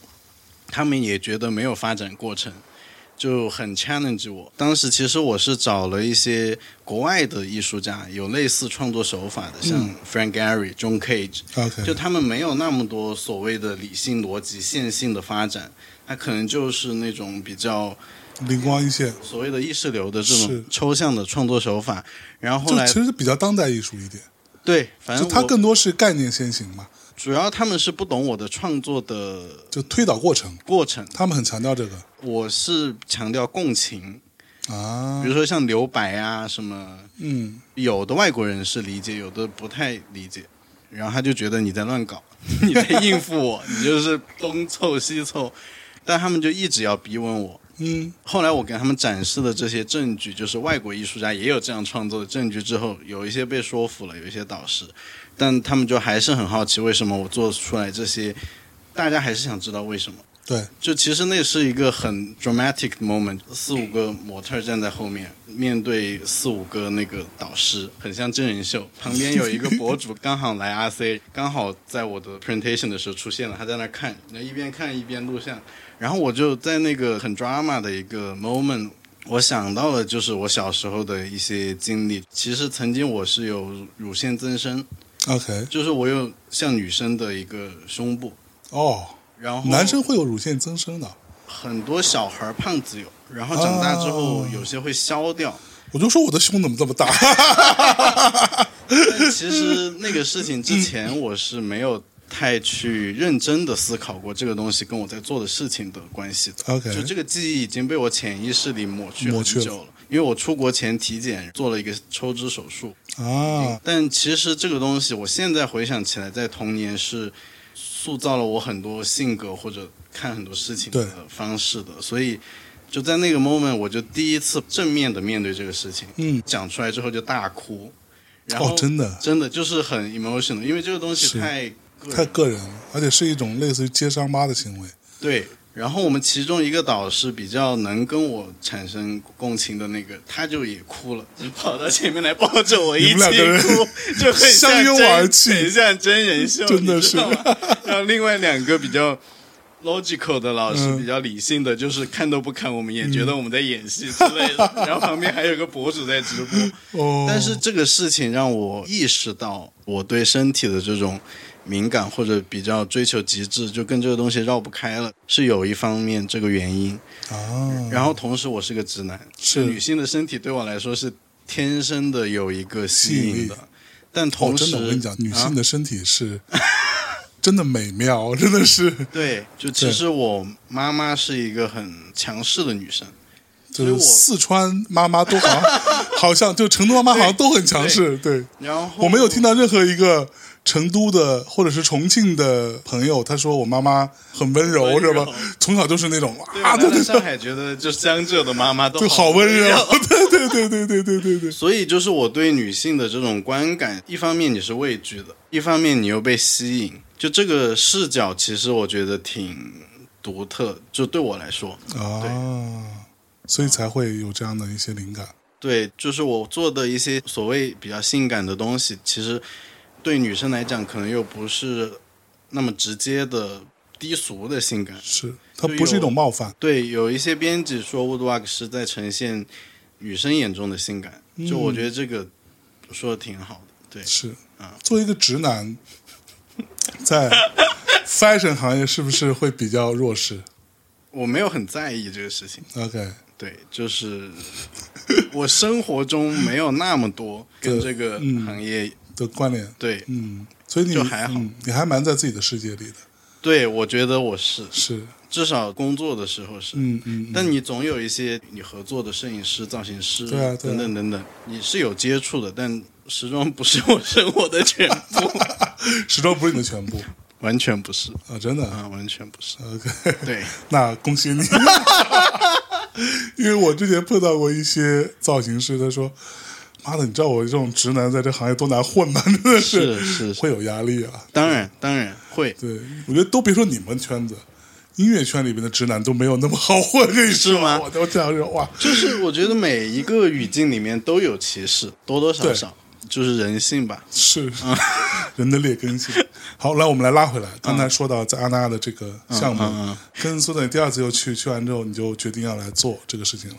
[SPEAKER 2] 他们也觉得没有发展过程。就很 challenge 我。当时其实我是找了一些国外的艺术家，有类似创作手法的，
[SPEAKER 1] 嗯
[SPEAKER 2] 像 Frank Gehry、John Cage，
[SPEAKER 1] OK，
[SPEAKER 2] 就他们没有那么多所谓的理性逻辑、线性的发展，他可能就是那种比较
[SPEAKER 1] 灵光一现，
[SPEAKER 2] 所谓的意识流的这
[SPEAKER 1] 是
[SPEAKER 2] 种抽象的创作手法。然后后
[SPEAKER 1] 就
[SPEAKER 2] 来
[SPEAKER 1] 其实比较当代艺术一点，
[SPEAKER 2] 对，反
[SPEAKER 1] 就
[SPEAKER 2] 正
[SPEAKER 1] 它
[SPEAKER 2] 哎我
[SPEAKER 1] 更多是概念先行嘛，
[SPEAKER 2] 主要他们是不懂我的创作的
[SPEAKER 1] 就推导过程，
[SPEAKER 2] 过程，
[SPEAKER 1] 他们很强调这个
[SPEAKER 2] 我是强调共情，
[SPEAKER 1] 啊
[SPEAKER 2] 比，如说像留白啊什么。
[SPEAKER 1] 嗯，
[SPEAKER 2] 有的外国人是理解，有的不太理解，然后他就觉得你在乱搞， 你在应付我，你就是东凑西凑，但他们就一直要逼问我。
[SPEAKER 1] 嗯，
[SPEAKER 2] 后来我给他们展示的这些证据，就是外国艺术家也有这样创作的证据之后，有一些被说服了，有一些导师，但他们就还是很好奇为什么我做出来这些，大家还是想知道为什么。
[SPEAKER 1] 对，
[SPEAKER 2] 就其实那是一个很 dramatic 的 moment，四五个模特站在后面，面对四五个那个导师，很像真人秀。旁边有一个博主刚好来 RC，刚好在我的 presentation 的时候出现了，他在那看，那一边看一边录像。然后我就在那个很 drama 的一个 moment，我想到了就是我小时候的一些经历。其实曾经我是有乳腺增生，
[SPEAKER 1] ，OK，
[SPEAKER 2] 就是我有像女生的一个胸部，
[SPEAKER 1] 哦，
[SPEAKER 2] 然后
[SPEAKER 1] 男生会有乳腺增生的，
[SPEAKER 2] 很多小孩儿胖子有，然后长大之后
[SPEAKER 1] 哦
[SPEAKER 2] 有些会消掉。
[SPEAKER 1] 我就说我的胸怎么这么大，
[SPEAKER 2] 但其实那个事情之前我是没有太去认真的思考过这个东西跟我在做的事情的关系的。
[SPEAKER 1] OK
[SPEAKER 2] 就这个记忆已经被我潜意识里抹去
[SPEAKER 1] 抹
[SPEAKER 2] 很
[SPEAKER 1] 去了
[SPEAKER 2] 久了。因为我出国前体检做了一个抽脂手术，
[SPEAKER 1] 啊，
[SPEAKER 2] 但其实这个东西我现在回想起来，在童年是塑造了我很多性格或者看很多事情
[SPEAKER 1] 对
[SPEAKER 2] 的方式的，所以就在那个 moment，我就第一次正面的面对这个事情，
[SPEAKER 1] 嗯，
[SPEAKER 2] 讲出来之后就大哭，然后
[SPEAKER 1] 哦，真的
[SPEAKER 2] 真的就是很 emotional，因为这个东
[SPEAKER 1] 是
[SPEAKER 2] 西太个人
[SPEAKER 1] 太个人了，而且是一种类似于揭伤疤的行为，
[SPEAKER 2] 对。然后我们其中一个导师比较能跟我产生共情的那个，他就也哭了，就跑到前面来抱着我
[SPEAKER 1] 你
[SPEAKER 2] 一
[SPEAKER 1] 们两
[SPEAKER 2] 起
[SPEAKER 1] 个人
[SPEAKER 2] 哭， 就很像
[SPEAKER 1] 相拥
[SPEAKER 2] 真
[SPEAKER 1] 而泣
[SPEAKER 2] 很像真人秀，
[SPEAKER 1] 真的是
[SPEAKER 2] 你知道吗。然后另外两个比较 logical 的老师，
[SPEAKER 1] 嗯
[SPEAKER 2] 比较理性的，就是看都不看我们也觉得我们在演戏之类 的。然后旁边还有个博主在直播，
[SPEAKER 1] 哦，
[SPEAKER 2] 但是这个事情让我意识到我对身体的这种敏感或者比较追求极致，就跟这个东西绕不开了，是有一方面这个原因。
[SPEAKER 1] 啊，
[SPEAKER 2] 然后同时我是个直男，
[SPEAKER 1] 是
[SPEAKER 2] 女性的身体对我来说是天生的有一个吸
[SPEAKER 1] 吸引力
[SPEAKER 2] 引的，但
[SPEAKER 1] 哦，
[SPEAKER 2] 同时、
[SPEAKER 1] 真的，我跟你讲，女
[SPEAKER 2] 啊
[SPEAKER 1] 性的身体是 真的美妙，真的是，
[SPEAKER 2] 对，就其实我妈妈是一个很强势的女生，
[SPEAKER 1] 就
[SPEAKER 2] 所以
[SPEAKER 1] 是
[SPEAKER 2] 我
[SPEAKER 1] 四川妈妈都好像 好像就成都妈妈好像都很强势，对
[SPEAKER 2] 然后
[SPEAKER 1] 我没有听到任何一个。成都的或者是重庆的朋友，他说我妈妈很温柔，
[SPEAKER 2] 温柔
[SPEAKER 1] 是吧？从小就是那种
[SPEAKER 2] 对
[SPEAKER 1] 啊，
[SPEAKER 2] 我
[SPEAKER 1] 对
[SPEAKER 2] 来到
[SPEAKER 1] 对
[SPEAKER 2] 上
[SPEAKER 1] 对，
[SPEAKER 2] 海觉得就江浙的妈妈都
[SPEAKER 1] 就好温柔， 对对对对对对对对，
[SPEAKER 2] 所以就是我对女性的这种观感，一方面你是畏惧的，一方面你又被吸引。就这个视角，其实我觉得挺独特，就对我来说，
[SPEAKER 1] 啊，所以才会有这样的一些灵感。
[SPEAKER 2] 对，就是我做的一些所谓比较性感的东西，其实对女生来讲，可能又不是那么直接的低俗的性感。
[SPEAKER 1] 是，它
[SPEAKER 2] 就
[SPEAKER 1] 不是一
[SPEAKER 2] 有
[SPEAKER 1] 种冒犯，
[SPEAKER 2] 对，有一些编辑说 Woodwalk 是在呈现女生眼中的性感，就我觉得这个说的挺好的。对，
[SPEAKER 1] 是
[SPEAKER 2] 啊
[SPEAKER 1] 作为一个直男，在 fashion 行业是不是会比较弱势
[SPEAKER 2] 我没有很在意这个事情。
[SPEAKER 1] ？OK，
[SPEAKER 2] 对，就是我生活中没有那么多跟这个
[SPEAKER 1] 嗯
[SPEAKER 2] 行业、
[SPEAKER 1] 的关联，
[SPEAKER 2] 对
[SPEAKER 1] 嗯，所以你
[SPEAKER 2] 就还好
[SPEAKER 1] 嗯你还蛮在自己的世界里的，
[SPEAKER 2] 对，我觉得我是，
[SPEAKER 1] 是，
[SPEAKER 2] 至少工作的时候是。
[SPEAKER 1] 嗯嗯，
[SPEAKER 2] 但你总有一些你合作的摄影师、造型师、
[SPEAKER 1] 对啊对啊
[SPEAKER 2] 等等等等，你是有接触的，但时装不是我生活的全部，
[SPEAKER 1] 始终不是你的全部
[SPEAKER 2] 完全不是
[SPEAKER 1] 啊，真的啊
[SPEAKER 2] 啊，完全不是。
[SPEAKER 1] ，OK，
[SPEAKER 2] 对，
[SPEAKER 1] 那恭喜你， 因为我之前碰到过一些造型师，他说。妈的，你知道我这种直男在这行业多难混吗？ 真的
[SPEAKER 2] 是是是
[SPEAKER 1] 会有压力啊。
[SPEAKER 2] 当然当然会，
[SPEAKER 1] 对，我觉得都别说你们圈子，音乐圈里边的直男都没有那么好混，跟你说
[SPEAKER 2] 是吗
[SPEAKER 1] 我都这样说哇，
[SPEAKER 2] 就是我觉得每一个语境里面都有歧视，多多少
[SPEAKER 1] 对
[SPEAKER 2] 少就是人性吧。
[SPEAKER 1] 是，啊人的劣根性。好，来我们来拉回来，刚才说到在阿那亚的这个项目，
[SPEAKER 2] 嗯嗯嗯嗯
[SPEAKER 1] 跟苏等第二次又去，去完之后你就决定要来做这个事情了。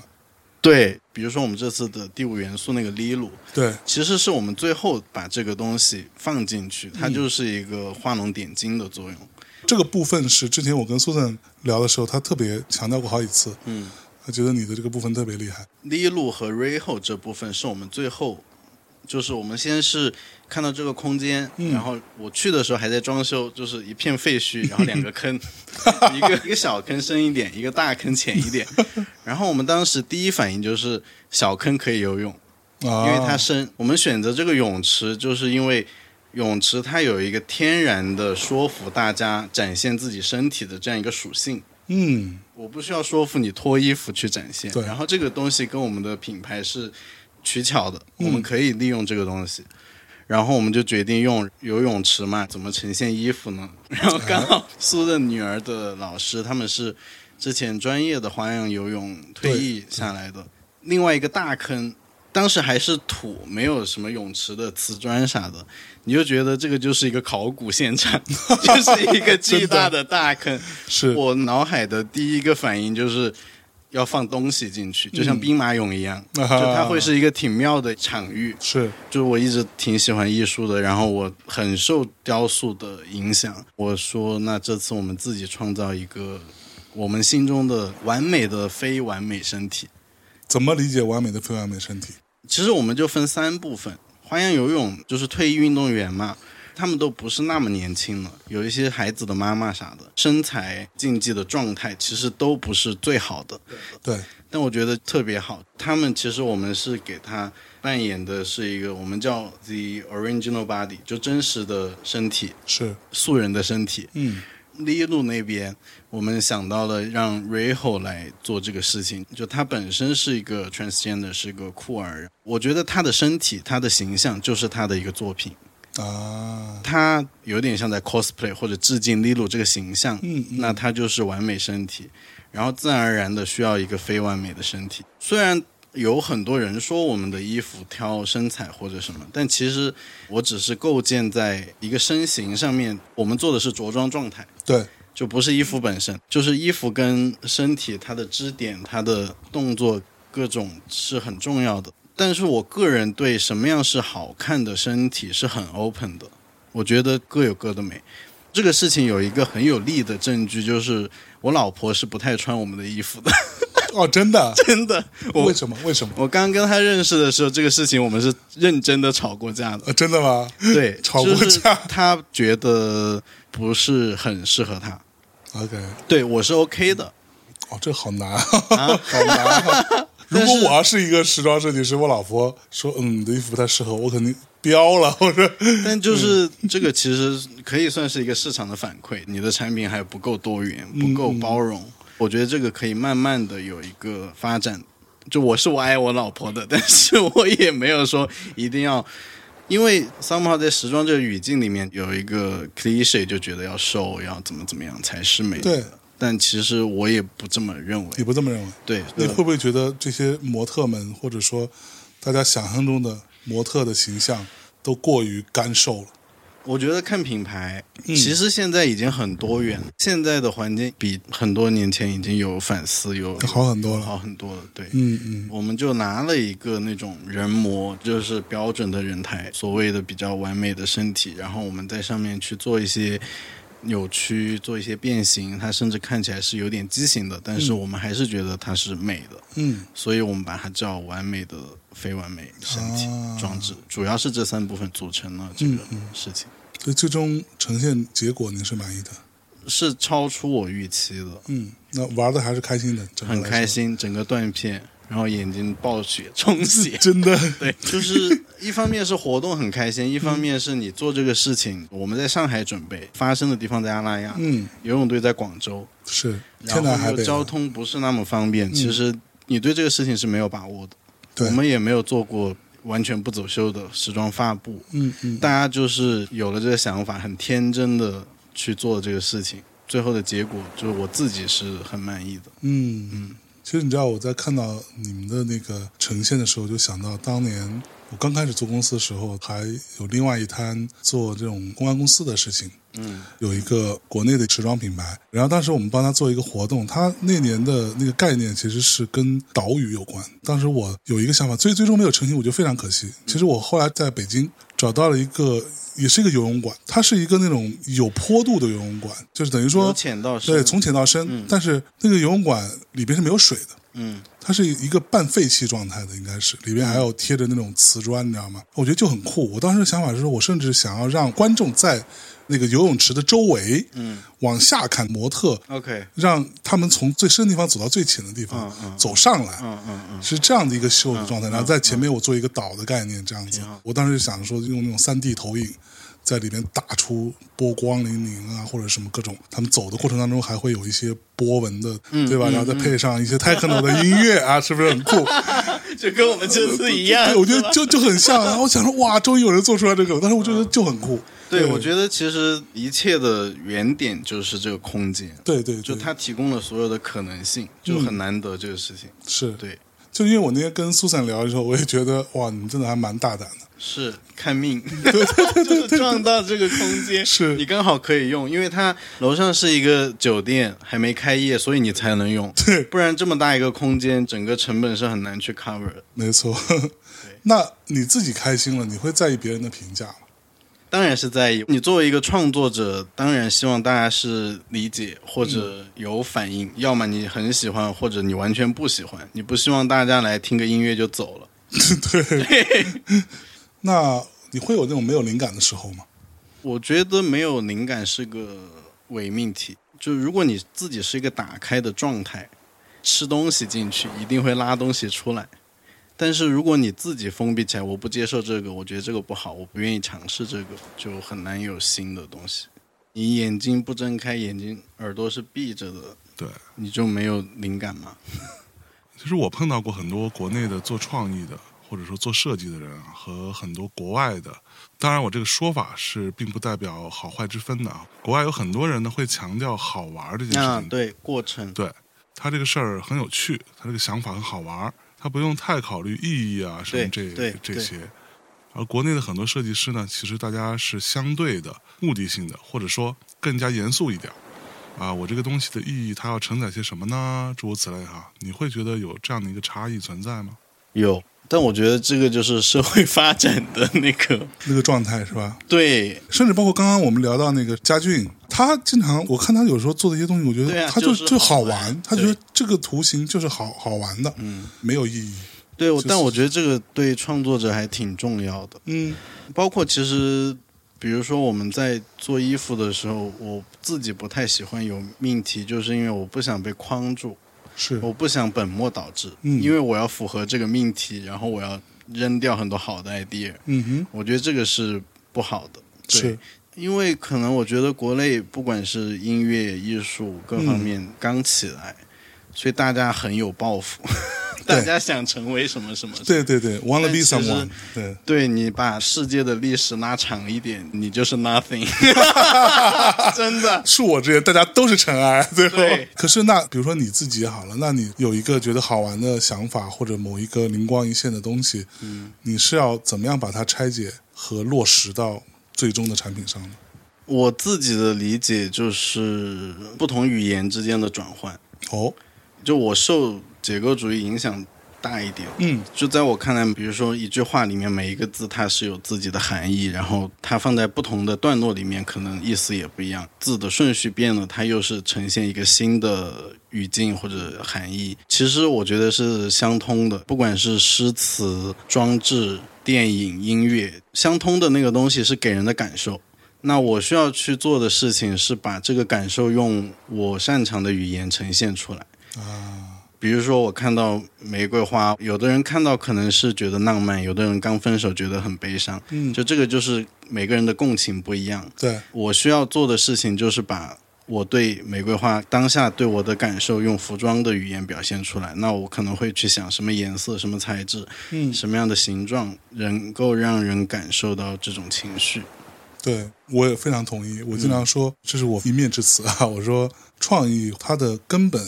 [SPEAKER 2] 对，比如说我们这次的第五元素那个利鲁，
[SPEAKER 1] 对，
[SPEAKER 2] 其实是我们最后把这个东西放进去，它就是一个画龙点睛的作用。
[SPEAKER 1] 这个部分是之前我跟苏 n 聊的时候，他特别强调过好几次，
[SPEAKER 2] 嗯，
[SPEAKER 1] 他觉得你的这个部分特别厉害。
[SPEAKER 2] 利路和 Reho 这部分是我们最后，就是我们先是看到这个空间，
[SPEAKER 1] 嗯
[SPEAKER 2] 然后我去的时候还在装修，就是一片废墟，然后两个坑，一个一个小坑深一点，一个大坑浅一点。然后我们当时第一反应就是小坑可以游泳，
[SPEAKER 1] 啊，
[SPEAKER 2] 因为它深。我们选择这个泳池，就是因为泳池它有一个天然的说服大家展现自己身体的这样一个属性。
[SPEAKER 1] 嗯，
[SPEAKER 2] 我不需要说服你脱衣服去展现
[SPEAKER 1] 对，
[SPEAKER 2] 然后这个东西跟我们的品牌是取巧的，
[SPEAKER 1] 嗯
[SPEAKER 2] 我们可以利用这个东西。然后我们就决定用游泳池嘛，怎么呈现衣服呢？ 然后刚好苏的女儿的老师他们是之前专业的花样游泳退役下来的，另外一个大坑，当时还是土，没有什么泳池的瓷砖啥的，你就觉得这个就是一个考古现场， 就是一个巨大的大坑。
[SPEAKER 1] 是
[SPEAKER 2] 我脑海的第一个反应就是要放东西进去，就像兵马俑一样，
[SPEAKER 1] 啊
[SPEAKER 2] 就它会是一个挺妙的场域。
[SPEAKER 1] 是，
[SPEAKER 2] 就我一直挺喜欢艺术的，然后我很受雕塑的影响。我说，那这次我们自己创造一个我们心中的完美的非完美身体。
[SPEAKER 1] 怎么理解完美的非完美身体？
[SPEAKER 2] 其实我们就分三部分，花样游泳就是退役运动员嘛，他们都不是那么年轻了，有一些孩子的妈妈啥的，身材、竞技的状态其实都不是最好的，
[SPEAKER 1] 对，
[SPEAKER 2] 但我觉得特别好。他们其实我们是给他扮演的是一个我们叫 the original body，就真实的身体，
[SPEAKER 1] 是，
[SPEAKER 2] 素人的身体。
[SPEAKER 1] 嗯，
[SPEAKER 2] 利路那边，我们想到了让 Reho 来做这个事情，就他本身是一个 transgender，是一个酷儿，我觉得他的身体、他的形象就是他的一个作品，
[SPEAKER 1] 啊，
[SPEAKER 2] 他有点像在 cosplay 或者致敬利路这个形象，
[SPEAKER 1] 嗯嗯
[SPEAKER 2] 那他就是完美身体，然后自然而然的需要一个非完美的身体，虽然。有很多人说我们的衣服挑身材或者什么，但其实我只是构建在一个身形上面，我们做的是着装状态。
[SPEAKER 1] 对，
[SPEAKER 2] 就不是衣服本身，就是衣服跟身体它的支点、它的动作各种是很重要的。但是我个人对什么样是好看的身体是很 open 的，我觉得各有各的美。这个事情有一个很有力的证据，就是我老婆是不太穿我们的衣服的，
[SPEAKER 1] 哦，真的，
[SPEAKER 2] 真的。
[SPEAKER 1] 为
[SPEAKER 2] 我
[SPEAKER 1] 什么？为什么？
[SPEAKER 2] 我刚跟她认识的时候，这个事情我们是认真的吵过 架的。
[SPEAKER 1] 呃，真的吗？
[SPEAKER 2] 对，
[SPEAKER 1] 吵过
[SPEAKER 2] 就是
[SPEAKER 1] 架
[SPEAKER 2] 她觉得不是很适合她。
[SPEAKER 1] ？OK，
[SPEAKER 2] 对我是 OK 的，
[SPEAKER 1] 哦，这好难，好难啊。 如果我要是一个时装设计师，我老婆说嗯，你的衣服不太适合我，我肯定飙了。 我说
[SPEAKER 2] 但就是这个，其实可以算是一个市场的反馈，你的产品还不够多元，不够包容。我觉得这个可以慢慢的有一个发展。就我是我爱我老婆的，但 是我也没有说一定要，因为 somehow 在时装这个语境里面有一个 cliche，就觉得要瘦，要怎么怎么样才是美。
[SPEAKER 1] 对，
[SPEAKER 2] 但其实我也不这么认为
[SPEAKER 1] 你。不这么认为？
[SPEAKER 2] 对，
[SPEAKER 1] 你会不会觉得这些模特们，或者说大家想象中的模特的形象，都过于干瘦了？
[SPEAKER 2] 我觉得看品牌，
[SPEAKER 1] 嗯
[SPEAKER 2] 其实现在已经很多元了，现在的环境比很多年前已经有反思，有
[SPEAKER 1] 好很多了
[SPEAKER 2] 好很多了。对，
[SPEAKER 1] 嗯嗯，
[SPEAKER 2] 我们就拿了一个那种人模，就是标准的人台，所谓的比较完美的身体，然后我们在上面去做一些扭曲，做一些变形，它甚至看起来是有点畸形的，但是我们还是觉得它是美的，
[SPEAKER 1] 嗯，
[SPEAKER 2] 所以我们把它叫完美的非完美身体
[SPEAKER 1] 啊
[SPEAKER 2] 装置，主要是这三部分组成了这个事情。
[SPEAKER 1] 所以最终呈现结果您是满意的？
[SPEAKER 2] 是超出我预期的，
[SPEAKER 1] 嗯，那玩的还是开心的，整个
[SPEAKER 2] 很
[SPEAKER 1] 来
[SPEAKER 2] 开
[SPEAKER 1] 说，。
[SPEAKER 2] 心，整个断片，然后眼睛爆血充血
[SPEAKER 1] 真的，
[SPEAKER 2] 对， 嗯就是一方面是活动很开心，一方面是你做这个事情。我们在上海准备，发生的地方在阿那亚，
[SPEAKER 1] 嗯，
[SPEAKER 2] 游泳队在广州，
[SPEAKER 1] 是天
[SPEAKER 2] 然
[SPEAKER 1] 南海
[SPEAKER 2] 后又
[SPEAKER 1] 北
[SPEAKER 2] 交
[SPEAKER 1] 的，
[SPEAKER 2] 通不是那么方便。其实你对这个事情是没有把握的，
[SPEAKER 1] 对
[SPEAKER 2] 我，们也没有做过完全不走秀的时装发布，
[SPEAKER 1] 嗯嗯，
[SPEAKER 2] 大家就是有了这个想法，很天真的去做这个事情。最后的结果就是我自己是很满意的。
[SPEAKER 1] 嗯，其实你知道我在看到你们的那个呈现的时候，就想到当年我刚开始做公司的时候，还有另外一摊做这种公关公司的事情。
[SPEAKER 2] 嗯，
[SPEAKER 1] 有一个国内的时装品牌，然后当时我们帮他做一个活动，他那年的那个概念其实是跟岛屿有关。当时我有一个想法，最最终没有成型，我觉得非常可惜。其实我后来在北京找到了一个，也是一个游泳馆，它是一个那种有坡度的游泳馆，就是等于
[SPEAKER 2] 由
[SPEAKER 1] 说
[SPEAKER 2] 浅到深，
[SPEAKER 1] 对从浅到深，但是那个游泳馆里边是没有水的。
[SPEAKER 2] 嗯
[SPEAKER 1] 它是一个半废弃状态的，应该是里边还有贴着那种瓷砖，你知道吗？我觉得就很酷。我当时的想法是，我甚至想要让观众在那个游泳池的周围，
[SPEAKER 2] 嗯
[SPEAKER 1] 往下看模特，
[SPEAKER 2] ，OK，
[SPEAKER 1] 让他们从最深的地方走到最浅的地方，
[SPEAKER 2] 嗯嗯
[SPEAKER 1] 走上来。
[SPEAKER 2] 嗯嗯嗯，
[SPEAKER 1] 是这样的一个秀的状态，然后在前面我做一个岛的概念，这样子
[SPEAKER 2] 挺好。
[SPEAKER 1] 我当时想说用那种三 D 投影，在里面打出波光粼粼啊，或者什么各种，他们走的过程当中还会有一些波纹的，
[SPEAKER 2] 嗯
[SPEAKER 1] 对吧？然后再配上一些 techno 的音乐啊，是不是很 酷？
[SPEAKER 2] 就跟我们这次一样
[SPEAKER 1] 对，，我觉得就就很像。然后我想说，哇，终于有人做出来这个了，但是我觉得就很酷。
[SPEAKER 2] 对，我觉得其实一切的原点就是这个空间，
[SPEAKER 1] 对对，
[SPEAKER 2] 就
[SPEAKER 1] 对
[SPEAKER 2] 它提供了所有的可能性，就很难得这个事情。
[SPEAKER 1] 是，
[SPEAKER 2] 对，
[SPEAKER 1] 就因为我那天跟苏珊聊的时候，我也觉得哇，你们真的还蛮大胆的。
[SPEAKER 2] 是看命， 就是撞到这个空间，
[SPEAKER 1] 是
[SPEAKER 2] 你刚好可以用，因为它楼上是一个酒店，还没开业，所以你才能用。
[SPEAKER 1] 对，
[SPEAKER 2] 不然这么大一个空间，整个成本是很难去 cover 的。
[SPEAKER 1] 没错。 那你自己开心了，你会在意别人的评价吗？
[SPEAKER 2] 当然是在意。你作为一个创作者，当然希望大家是理解或者有反应，要么你很喜欢，或者你完全不喜欢。你不希望大家来听个音乐就走了。
[SPEAKER 1] 对，那你会有那种没有灵感的时候吗？
[SPEAKER 2] 我觉得没有灵感是个伪命题。就如果你自己是一个打开的状态，吃东西进去一定会拉东西出来。但是如果你自己封闭起来，我不接受这个，我觉得这个不好，我不愿意尝试这个，就很难有新的东西。你眼睛不睁开，眼睛耳朵是闭着的，
[SPEAKER 1] 对，
[SPEAKER 2] 你就没有灵感嘛？
[SPEAKER 1] 其实我碰到过很多国内的做创意的，或者说做设计的人啊，和很多国外的。当然，我这个说法是并不代表好坏之分的啊。国外有很多人呢会强调好玩儿这件事
[SPEAKER 2] 啊
[SPEAKER 1] 情，，
[SPEAKER 2] 对，过程，
[SPEAKER 1] 对他这个事儿很有趣，他这个想法很好玩儿，他不用太考虑意义啊什么这
[SPEAKER 2] 对对
[SPEAKER 1] 这
[SPEAKER 2] 对
[SPEAKER 1] 些。而国内的很多设计师呢，其实大家是相对的目的性的，或者说更加严肃一点儿。啊，我这个东西的意义，它要承载些什么呢？诸如此类哈，你会觉得有这样的一个差异存在吗？
[SPEAKER 2] 有。但我觉得这个就是社会发展的那个，
[SPEAKER 1] 那个状态是吧？
[SPEAKER 2] 对，
[SPEAKER 1] 甚至包括刚刚我们聊到那个家俊，他经常我看他有时候做的一些东西，我觉
[SPEAKER 2] 对
[SPEAKER 1] 得
[SPEAKER 2] 啊
[SPEAKER 1] 他
[SPEAKER 2] 就是是
[SPEAKER 1] 就好
[SPEAKER 2] 好玩
[SPEAKER 1] 他觉得
[SPEAKER 2] 对
[SPEAKER 1] 这个图形就是好好玩的，嗯，没有意义，
[SPEAKER 2] 对，我
[SPEAKER 1] 就是
[SPEAKER 2] 但我觉得这个对创作者还挺重要的。
[SPEAKER 1] 嗯
[SPEAKER 2] 包括其实，比如说我们在做衣服的时候，我自己不太喜欢有命题，就是因为我不想被框住，
[SPEAKER 1] 是
[SPEAKER 2] 我不想本末倒置，
[SPEAKER 1] 嗯
[SPEAKER 2] 因为我要符合这个命题，然后我要扔掉很多好的 idea，
[SPEAKER 1] 嗯哼
[SPEAKER 2] 我觉得这个是不好的。对
[SPEAKER 1] 是，
[SPEAKER 2] 因为可能我觉得国内不管是音乐、艺术各
[SPEAKER 1] 嗯
[SPEAKER 2] 方面刚起来，所以大家很有抱 负，大家想成为什么什么什么。
[SPEAKER 1] 对对对，wanna
[SPEAKER 2] 但
[SPEAKER 1] be
[SPEAKER 2] 其实
[SPEAKER 1] someone，对，
[SPEAKER 2] 对你把世界的历史拉长一点，你就是 nothing，真的。
[SPEAKER 1] 恕我直言，大家都是尘埃， 最后
[SPEAKER 2] 对。
[SPEAKER 1] 可是那比如说你自己好了，那你有一个觉得好玩的想法或者某一个灵光一现的东西，嗯，你是要怎么样把它拆解和落实到最终的产品上呢？
[SPEAKER 2] 我自己的理解就是不同语言之间的转换，
[SPEAKER 1] 哦，
[SPEAKER 2] 就我受结构主义影响大一点。
[SPEAKER 1] 嗯
[SPEAKER 2] 就在我看来，比如说一句话里面每一个字它是有自己的含义，然后它放在不同的段落里面，可能意思也不一样，字的顺序变了，它又是呈现一个新的语境或者含义。其实我觉得是相通的，不管是诗词、装置、电影、音乐，相通的那个东西是给人的感受。那我需要去做的事情是把这个感受用我擅长的语言呈现出来。
[SPEAKER 1] 啊，
[SPEAKER 2] 比如说，我看到玫瑰花，有的人看到可能是觉得浪漫，有的人刚分手觉得很悲伤，
[SPEAKER 1] 嗯，
[SPEAKER 2] 就这个就是每个人的共情不一样。
[SPEAKER 1] 对，
[SPEAKER 2] 我需要做的事情就是把我对玫瑰花当下对我的感受用服装的语言表现出来。那我可能会去想什么颜色、什么材质、
[SPEAKER 1] 嗯，
[SPEAKER 2] 什么样的形状能够让人感受到这种情绪。
[SPEAKER 1] 对，我也非常同意。我经常说，这是我一面之词
[SPEAKER 2] 嗯
[SPEAKER 1] 啊。我说，创意它的根本，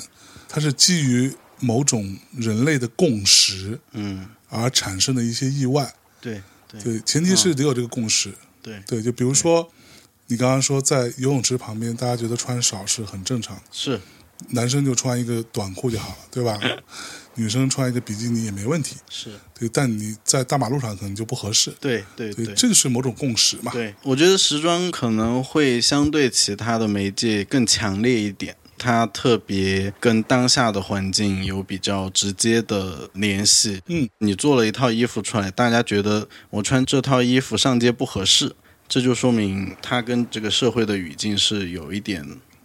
[SPEAKER 1] 它是基于某种人类的共识
[SPEAKER 2] 嗯
[SPEAKER 1] 而产生的一些意外。
[SPEAKER 2] 对对嗯
[SPEAKER 1] 对，前提是得有这个共识。
[SPEAKER 2] 对，
[SPEAKER 1] 对，就比如说你刚刚说在游泳池旁边，大家觉得穿少是很正常的，
[SPEAKER 2] 是
[SPEAKER 1] 男生就穿一个短裤就好了，对吧？ 女生穿一个比基尼也没问题，
[SPEAKER 2] 是，
[SPEAKER 1] 对。但你在大马路上可能就不合适，
[SPEAKER 2] 对对
[SPEAKER 1] 对，
[SPEAKER 2] 对
[SPEAKER 1] 这个是某种共识嘛？
[SPEAKER 2] 对，我觉得时装可能会相对其他的媒介更强烈一点，它特别跟当下的环境有比较直接的联系。
[SPEAKER 1] 嗯，
[SPEAKER 2] 你做了一套衣服出来，大家觉得我穿这套衣服上街不合适，这就说明它跟这个社会的语境是有一点，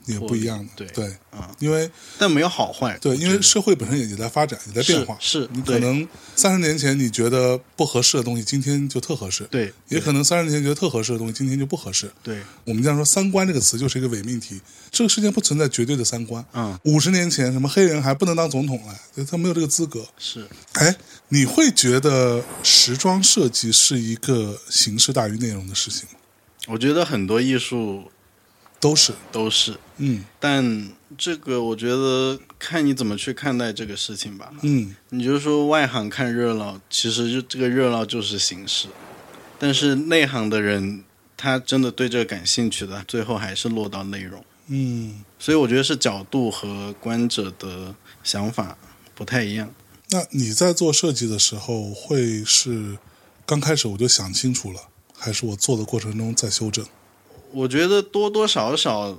[SPEAKER 1] 也不一样的，
[SPEAKER 2] 对
[SPEAKER 1] 对
[SPEAKER 2] 啊，
[SPEAKER 1] 因为
[SPEAKER 2] 但没有好坏。
[SPEAKER 1] 对，
[SPEAKER 2] 我觉
[SPEAKER 1] 因为
[SPEAKER 2] 得
[SPEAKER 1] 社会本身也也在发展，也在变化。
[SPEAKER 2] 是是
[SPEAKER 1] 你可
[SPEAKER 2] 对
[SPEAKER 1] 能三十年前你觉得不合适的东西，今天就特合适；，
[SPEAKER 2] 对
[SPEAKER 1] 也可能三十年前觉得特合适的东西，今天就不合适。
[SPEAKER 2] 对，
[SPEAKER 1] 我们这样说，三观这个词就是一个伪命题。这个世界不存在绝对的三观。
[SPEAKER 2] 嗯，
[SPEAKER 1] 五十年前，什么黑人还不能当总统来，对他没有这个资格。
[SPEAKER 2] 是
[SPEAKER 1] 哎，你会觉得时装设计是一个形式大于内容的事情吗？
[SPEAKER 2] 我觉得很多艺术
[SPEAKER 1] 都是，
[SPEAKER 2] 都是，
[SPEAKER 1] 嗯
[SPEAKER 2] 但这个我觉得看你怎么去看待这个事情吧。
[SPEAKER 1] 嗯，
[SPEAKER 2] 你就说外行看热闹，其实就这个热闹就是形式，但是内行的人他真的对这个感兴趣的，最后还是落到内容。
[SPEAKER 1] 嗯，
[SPEAKER 2] 所以我觉得是角度和观者的想法不太一样。
[SPEAKER 1] 那你在做设计的时候，会是刚开始我就想清楚了，还是我做的过程中在修正？
[SPEAKER 2] 我觉得多多少少，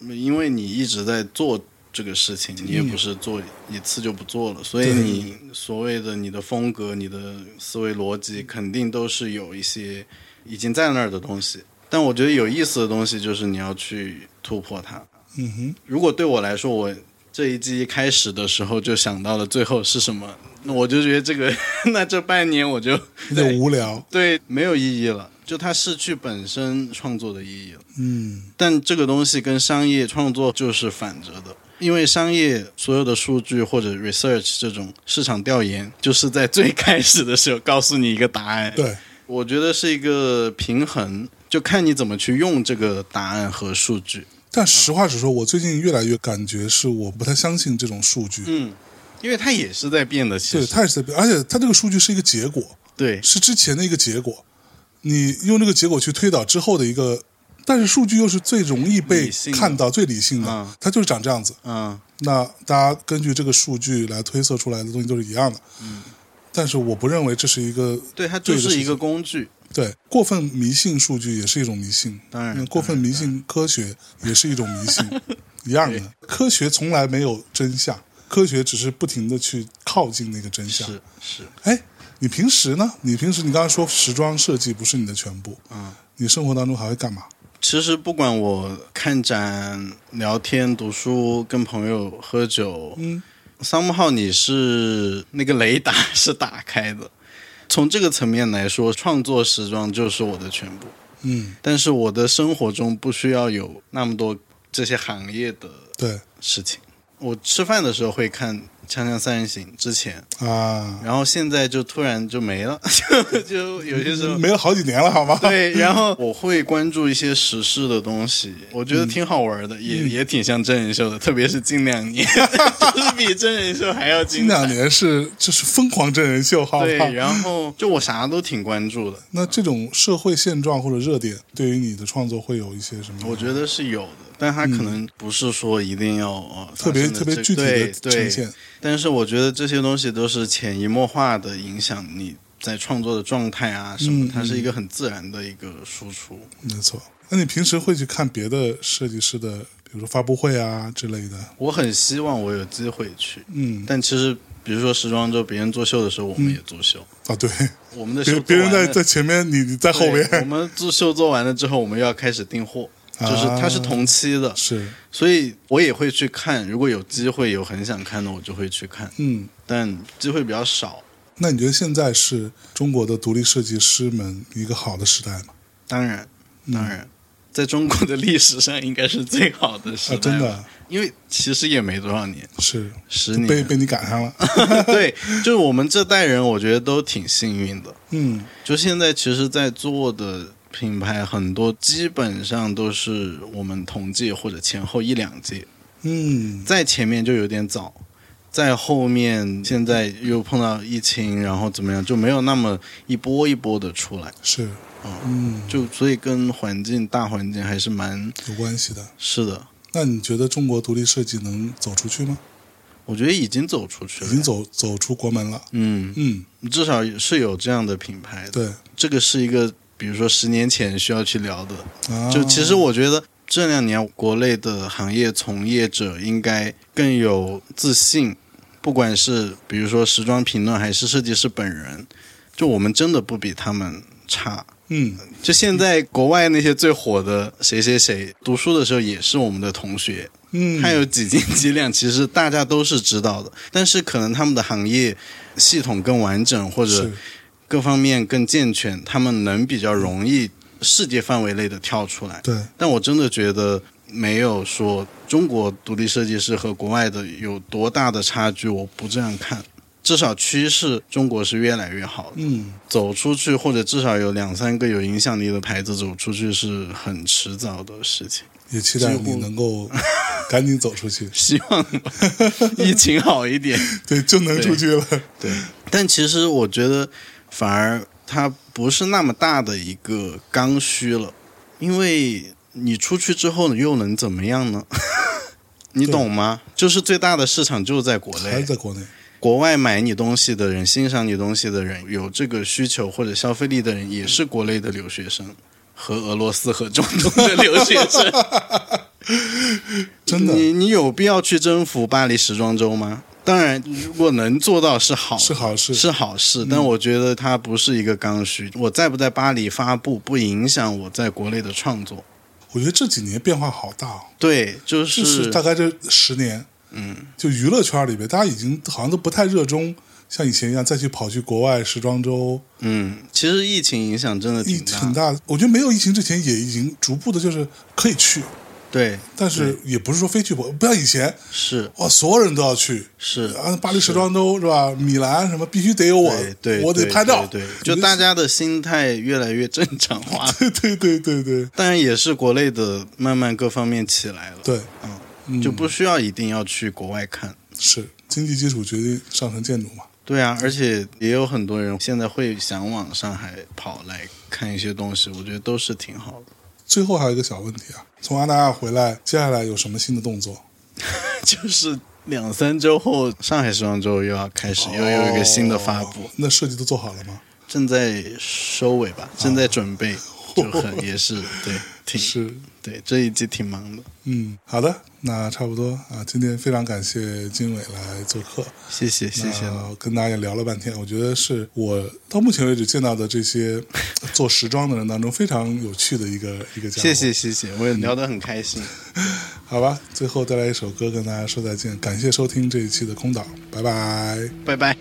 [SPEAKER 2] 因为你一直在做这个事情，你也不是做一次就不做了，所以
[SPEAKER 1] 对
[SPEAKER 2] 你所谓的你的风格、你的思维逻辑，肯定都是有一些已经在那儿的东西。但我觉得有意思的东西就是你要去突破它。
[SPEAKER 1] 嗯哼，
[SPEAKER 2] 如果对我来说，我这一季一开始的时候就想到了最后是什么，那我就觉得这个， 那这半年我就
[SPEAKER 1] 有点无聊。
[SPEAKER 2] 对没有意义了，就它失去本身创作的意义了。
[SPEAKER 1] 嗯
[SPEAKER 2] 但这个东西跟商业创作就是反着的，因为商业所有的数据或者 research 这种市场调研，就是在最开始的时候告诉你一个答案。
[SPEAKER 1] 对，
[SPEAKER 2] 我觉得是一个平衡，就看你怎么去用这个答案和数据。
[SPEAKER 1] 但实话实说，我最近越来越感觉是我不太相信这种数据。
[SPEAKER 2] 嗯，因为它也是在变的，其
[SPEAKER 1] 对，
[SPEAKER 2] 实哎
[SPEAKER 1] 它也是在变，而且它这个数据是一个结果，
[SPEAKER 2] 对
[SPEAKER 1] 是之前的一个结果，你用这个结果去推导之后的一个，但是数据又是最容易被
[SPEAKER 2] 理性的
[SPEAKER 1] 看到、最理性的，
[SPEAKER 2] 嗯
[SPEAKER 1] 它就是长这样子。
[SPEAKER 2] 嗯，
[SPEAKER 1] 那大家根据这个数据来推测出来的东西都是一样的。嗯，但是我不认为这是一个
[SPEAKER 2] 对，它
[SPEAKER 1] 对
[SPEAKER 2] 就
[SPEAKER 1] 的
[SPEAKER 2] 是一
[SPEAKER 1] 事
[SPEAKER 2] 个
[SPEAKER 1] 情
[SPEAKER 2] 工具。
[SPEAKER 1] 对过分迷信数据也是一种迷信，
[SPEAKER 2] 当然
[SPEAKER 1] 那过分迷信科学也是一种迷信， 一样的。科学从来没有真相，科学只是不停的去靠近那个真相。
[SPEAKER 2] 是是，
[SPEAKER 1] 哎，你平时呢？你平时你刚刚说时装设计不是你的全部，
[SPEAKER 2] 嗯，
[SPEAKER 1] 你生活当中还会干嘛？
[SPEAKER 2] 其实不管我看展、聊天、读书、跟朋友喝酒，
[SPEAKER 1] 嗯，
[SPEAKER 2] 桑木号你是那个雷达是打开的。从这个层面来说，创作时装就是我的全部。
[SPEAKER 1] 嗯，
[SPEAKER 2] 但是我的生活中不需要有那么多这些行业的
[SPEAKER 1] 对
[SPEAKER 2] 事情。我吃饭的时候会看《锵锵三人行》之前，
[SPEAKER 1] 啊，
[SPEAKER 2] 然后现在就突然就没了， 就就有些时候
[SPEAKER 1] 没有好几年了，好 吗？
[SPEAKER 2] 对，然后 我会关注一些时事的东西，我觉得
[SPEAKER 1] 嗯
[SPEAKER 2] 挺好玩的，也也挺像真人秀的， 特别是近两 年，就是比真人秀还要
[SPEAKER 1] 近
[SPEAKER 2] 精彩。
[SPEAKER 1] 两年是就是疯狂真人秀，好
[SPEAKER 2] 对，
[SPEAKER 1] 吗？
[SPEAKER 2] 然后就我啥都挺关注的，
[SPEAKER 1] 那这种社会现状或者热点，对于你的创作会有一些什么？
[SPEAKER 2] 我觉得是有的，但它可能不是说一定要、呃、
[SPEAKER 1] 嗯特别
[SPEAKER 2] 发生的
[SPEAKER 1] 特别
[SPEAKER 2] 这
[SPEAKER 1] 具体
[SPEAKER 2] 对
[SPEAKER 1] 的
[SPEAKER 2] 对
[SPEAKER 1] 呈现，
[SPEAKER 2] 但是我觉得这些东西都是潜移默化的影响你在创作的状态啊什么，
[SPEAKER 1] 嗯
[SPEAKER 2] 它是一个很自然的一个输出。
[SPEAKER 1] 没错。那你平时会去看别的设计师的，比如说发布会啊之类的？
[SPEAKER 2] 我很希望我有机会去，
[SPEAKER 1] 嗯，
[SPEAKER 2] 但其实，比如说时装周，别人做秀的时候，我们也做秀。
[SPEAKER 1] 啊，对，
[SPEAKER 2] 我们的秀
[SPEAKER 1] 别
[SPEAKER 2] 做
[SPEAKER 1] 别人
[SPEAKER 2] 完了
[SPEAKER 1] 在在前面，你你在后
[SPEAKER 2] 对我
[SPEAKER 1] 边，
[SPEAKER 2] 们做秀做完了之后，我们又要开始订货，
[SPEAKER 1] 啊
[SPEAKER 2] 就是它是同期的，
[SPEAKER 1] 是，
[SPEAKER 2] 所以我也会去看。如果有机会有很想看的，我就会去看，
[SPEAKER 1] 嗯。
[SPEAKER 2] 但机会比较少。
[SPEAKER 1] 那你觉得现在是中国的独立设计师们一个好的时代吗？
[SPEAKER 2] 当然，
[SPEAKER 1] 嗯
[SPEAKER 2] 当然，在中国的历史上应该是最好的时代
[SPEAKER 1] 啊，
[SPEAKER 2] 吧、
[SPEAKER 1] 真的
[SPEAKER 2] 因为其实也没多少年，
[SPEAKER 1] 是
[SPEAKER 2] 十
[SPEAKER 1] 被
[SPEAKER 2] 年。
[SPEAKER 1] 被你赶 上了。
[SPEAKER 2] 对，就是我们这代人，我觉得都挺幸运的。
[SPEAKER 1] 嗯，
[SPEAKER 2] 就现在，其实，在做的品牌很多，基本上都是我们同届或者前后一两届，
[SPEAKER 1] 嗯，
[SPEAKER 2] 在前面就有点早，在后面现在又碰到疫情，然后怎么样，就没有那么一波一波的出来，嗯
[SPEAKER 1] 是嗯
[SPEAKER 2] 就所以跟环境大环境还是蛮
[SPEAKER 1] 有关系的。
[SPEAKER 2] 是的。
[SPEAKER 1] 那你觉得中国独立设计能走出去吗？
[SPEAKER 2] 我觉得已经走出去
[SPEAKER 1] 已
[SPEAKER 2] 了，
[SPEAKER 1] 经，走走出国门了。
[SPEAKER 2] 嗯，
[SPEAKER 1] 嗯，
[SPEAKER 2] 至少是有这样的品牌的。
[SPEAKER 1] 对，
[SPEAKER 2] 这个是一个，比如说十年前需要去聊的，
[SPEAKER 1] 啊、
[SPEAKER 2] 就其实我觉得这两年国内的行业从业者应该更有自信，不管是比如说时装评论还是设计师本人，就我们真的不比他们差。
[SPEAKER 1] 嗯
[SPEAKER 2] 就现在国外那些最火的谁谁谁，读书的时候也是我们的同学，
[SPEAKER 1] 嗯，
[SPEAKER 2] 他有几斤几两，其实大家都是知道的，但是可能他们的行业系统更完整，或者
[SPEAKER 1] 是
[SPEAKER 2] 各方面更健全，他们能比较容易世界范围内的跳出来。
[SPEAKER 1] 对，
[SPEAKER 2] 但我真的觉得没有说中国独立设计师和国外的有多大的差距，我不这样看。至少趋势，中国是越来越好的。
[SPEAKER 1] 嗯
[SPEAKER 2] 走出去，或者至少有两三个有影响力的牌子走出去，是很迟早的事情。
[SPEAKER 1] 也期待
[SPEAKER 2] 几乎
[SPEAKER 1] 你能够 赶紧走出 去，
[SPEAKER 2] 希望疫情好一点。
[SPEAKER 1] 对，就能出去了。
[SPEAKER 2] 对，但其实我觉得，反而它不是那么大的一个刚需了，因为你出去之后，你又能怎么样呢？ 你懂吗？就是最大的市场就在国
[SPEAKER 1] 还是
[SPEAKER 2] 内，
[SPEAKER 1] 在国内，
[SPEAKER 2] 国外买你东西的人、欣赏你东西的人、有这个需求或者消费力的人，也是国内的留学生和俄罗斯和中东的留学生。
[SPEAKER 1] 真的
[SPEAKER 2] 你你有必要去征服巴黎时装周吗？当然，如果能做到是好的，
[SPEAKER 1] 是好事。
[SPEAKER 2] 是好事，
[SPEAKER 1] 嗯
[SPEAKER 2] 但我觉得它不是一个刚需。我在不在巴黎发布，不影响我在国内的创作。
[SPEAKER 1] 我觉得这几年变化好大、哦，
[SPEAKER 2] 对，就
[SPEAKER 1] 就是是大概这十年，嗯，就娱乐圈里边，大家已经好像都不太热衷像以前一样再去跑去国外时装周，
[SPEAKER 2] 嗯，其实疫情影响真的
[SPEAKER 1] 疫
[SPEAKER 2] 挺大。
[SPEAKER 1] 挺大的。我觉得没有疫情之前也已经逐步的，就是可以去，
[SPEAKER 2] 对，
[SPEAKER 1] 但是也不是说非去不，不像以前
[SPEAKER 2] 是
[SPEAKER 1] 哇，所有人都要去。
[SPEAKER 2] 是，
[SPEAKER 1] 啊，巴黎时装周是吧？米兰什么必须得有我
[SPEAKER 2] 对，对，
[SPEAKER 1] 我得
[SPEAKER 2] 对
[SPEAKER 1] 拍照。
[SPEAKER 2] 对，对就大家的心态越来越正常化。
[SPEAKER 1] 对对对对对
[SPEAKER 2] 当然也是国内的慢慢各方面起来了，
[SPEAKER 1] 对，
[SPEAKER 2] 嗯，就不需要一定要去国外看。
[SPEAKER 1] 是经济基础决定上层建筑嘛？
[SPEAKER 2] 对啊，而且也有很多人现在会想往上海跑来看一些东西，我觉得都是挺好的。
[SPEAKER 1] 最后还有一个小问题啊，从阿那亚回来，接下来有什么新的动作？
[SPEAKER 2] 就是两三周后，上海时装周又要开始，又有一个新的发布，
[SPEAKER 1] 哦那设计都做好了吗？
[SPEAKER 2] 正在收尾吧，正在准备，就很也是 对，挺
[SPEAKER 1] 哦是，
[SPEAKER 2] 对这一季挺忙的，
[SPEAKER 1] 嗯，好的，那差不多啊。今天非常感谢经纬来做客，
[SPEAKER 2] 谢谢谢谢了，
[SPEAKER 1] 那跟大家也聊了半天，我觉得是我到目前为止见到的这 些做时装的人当中非常有趣的一个一个家伙。
[SPEAKER 2] 谢谢，谢谢，我也聊得很开心，
[SPEAKER 1] 好吧，最后带来一首歌跟大家说再见，感谢收听这一期的空岛，拜拜。
[SPEAKER 2] 拜拜。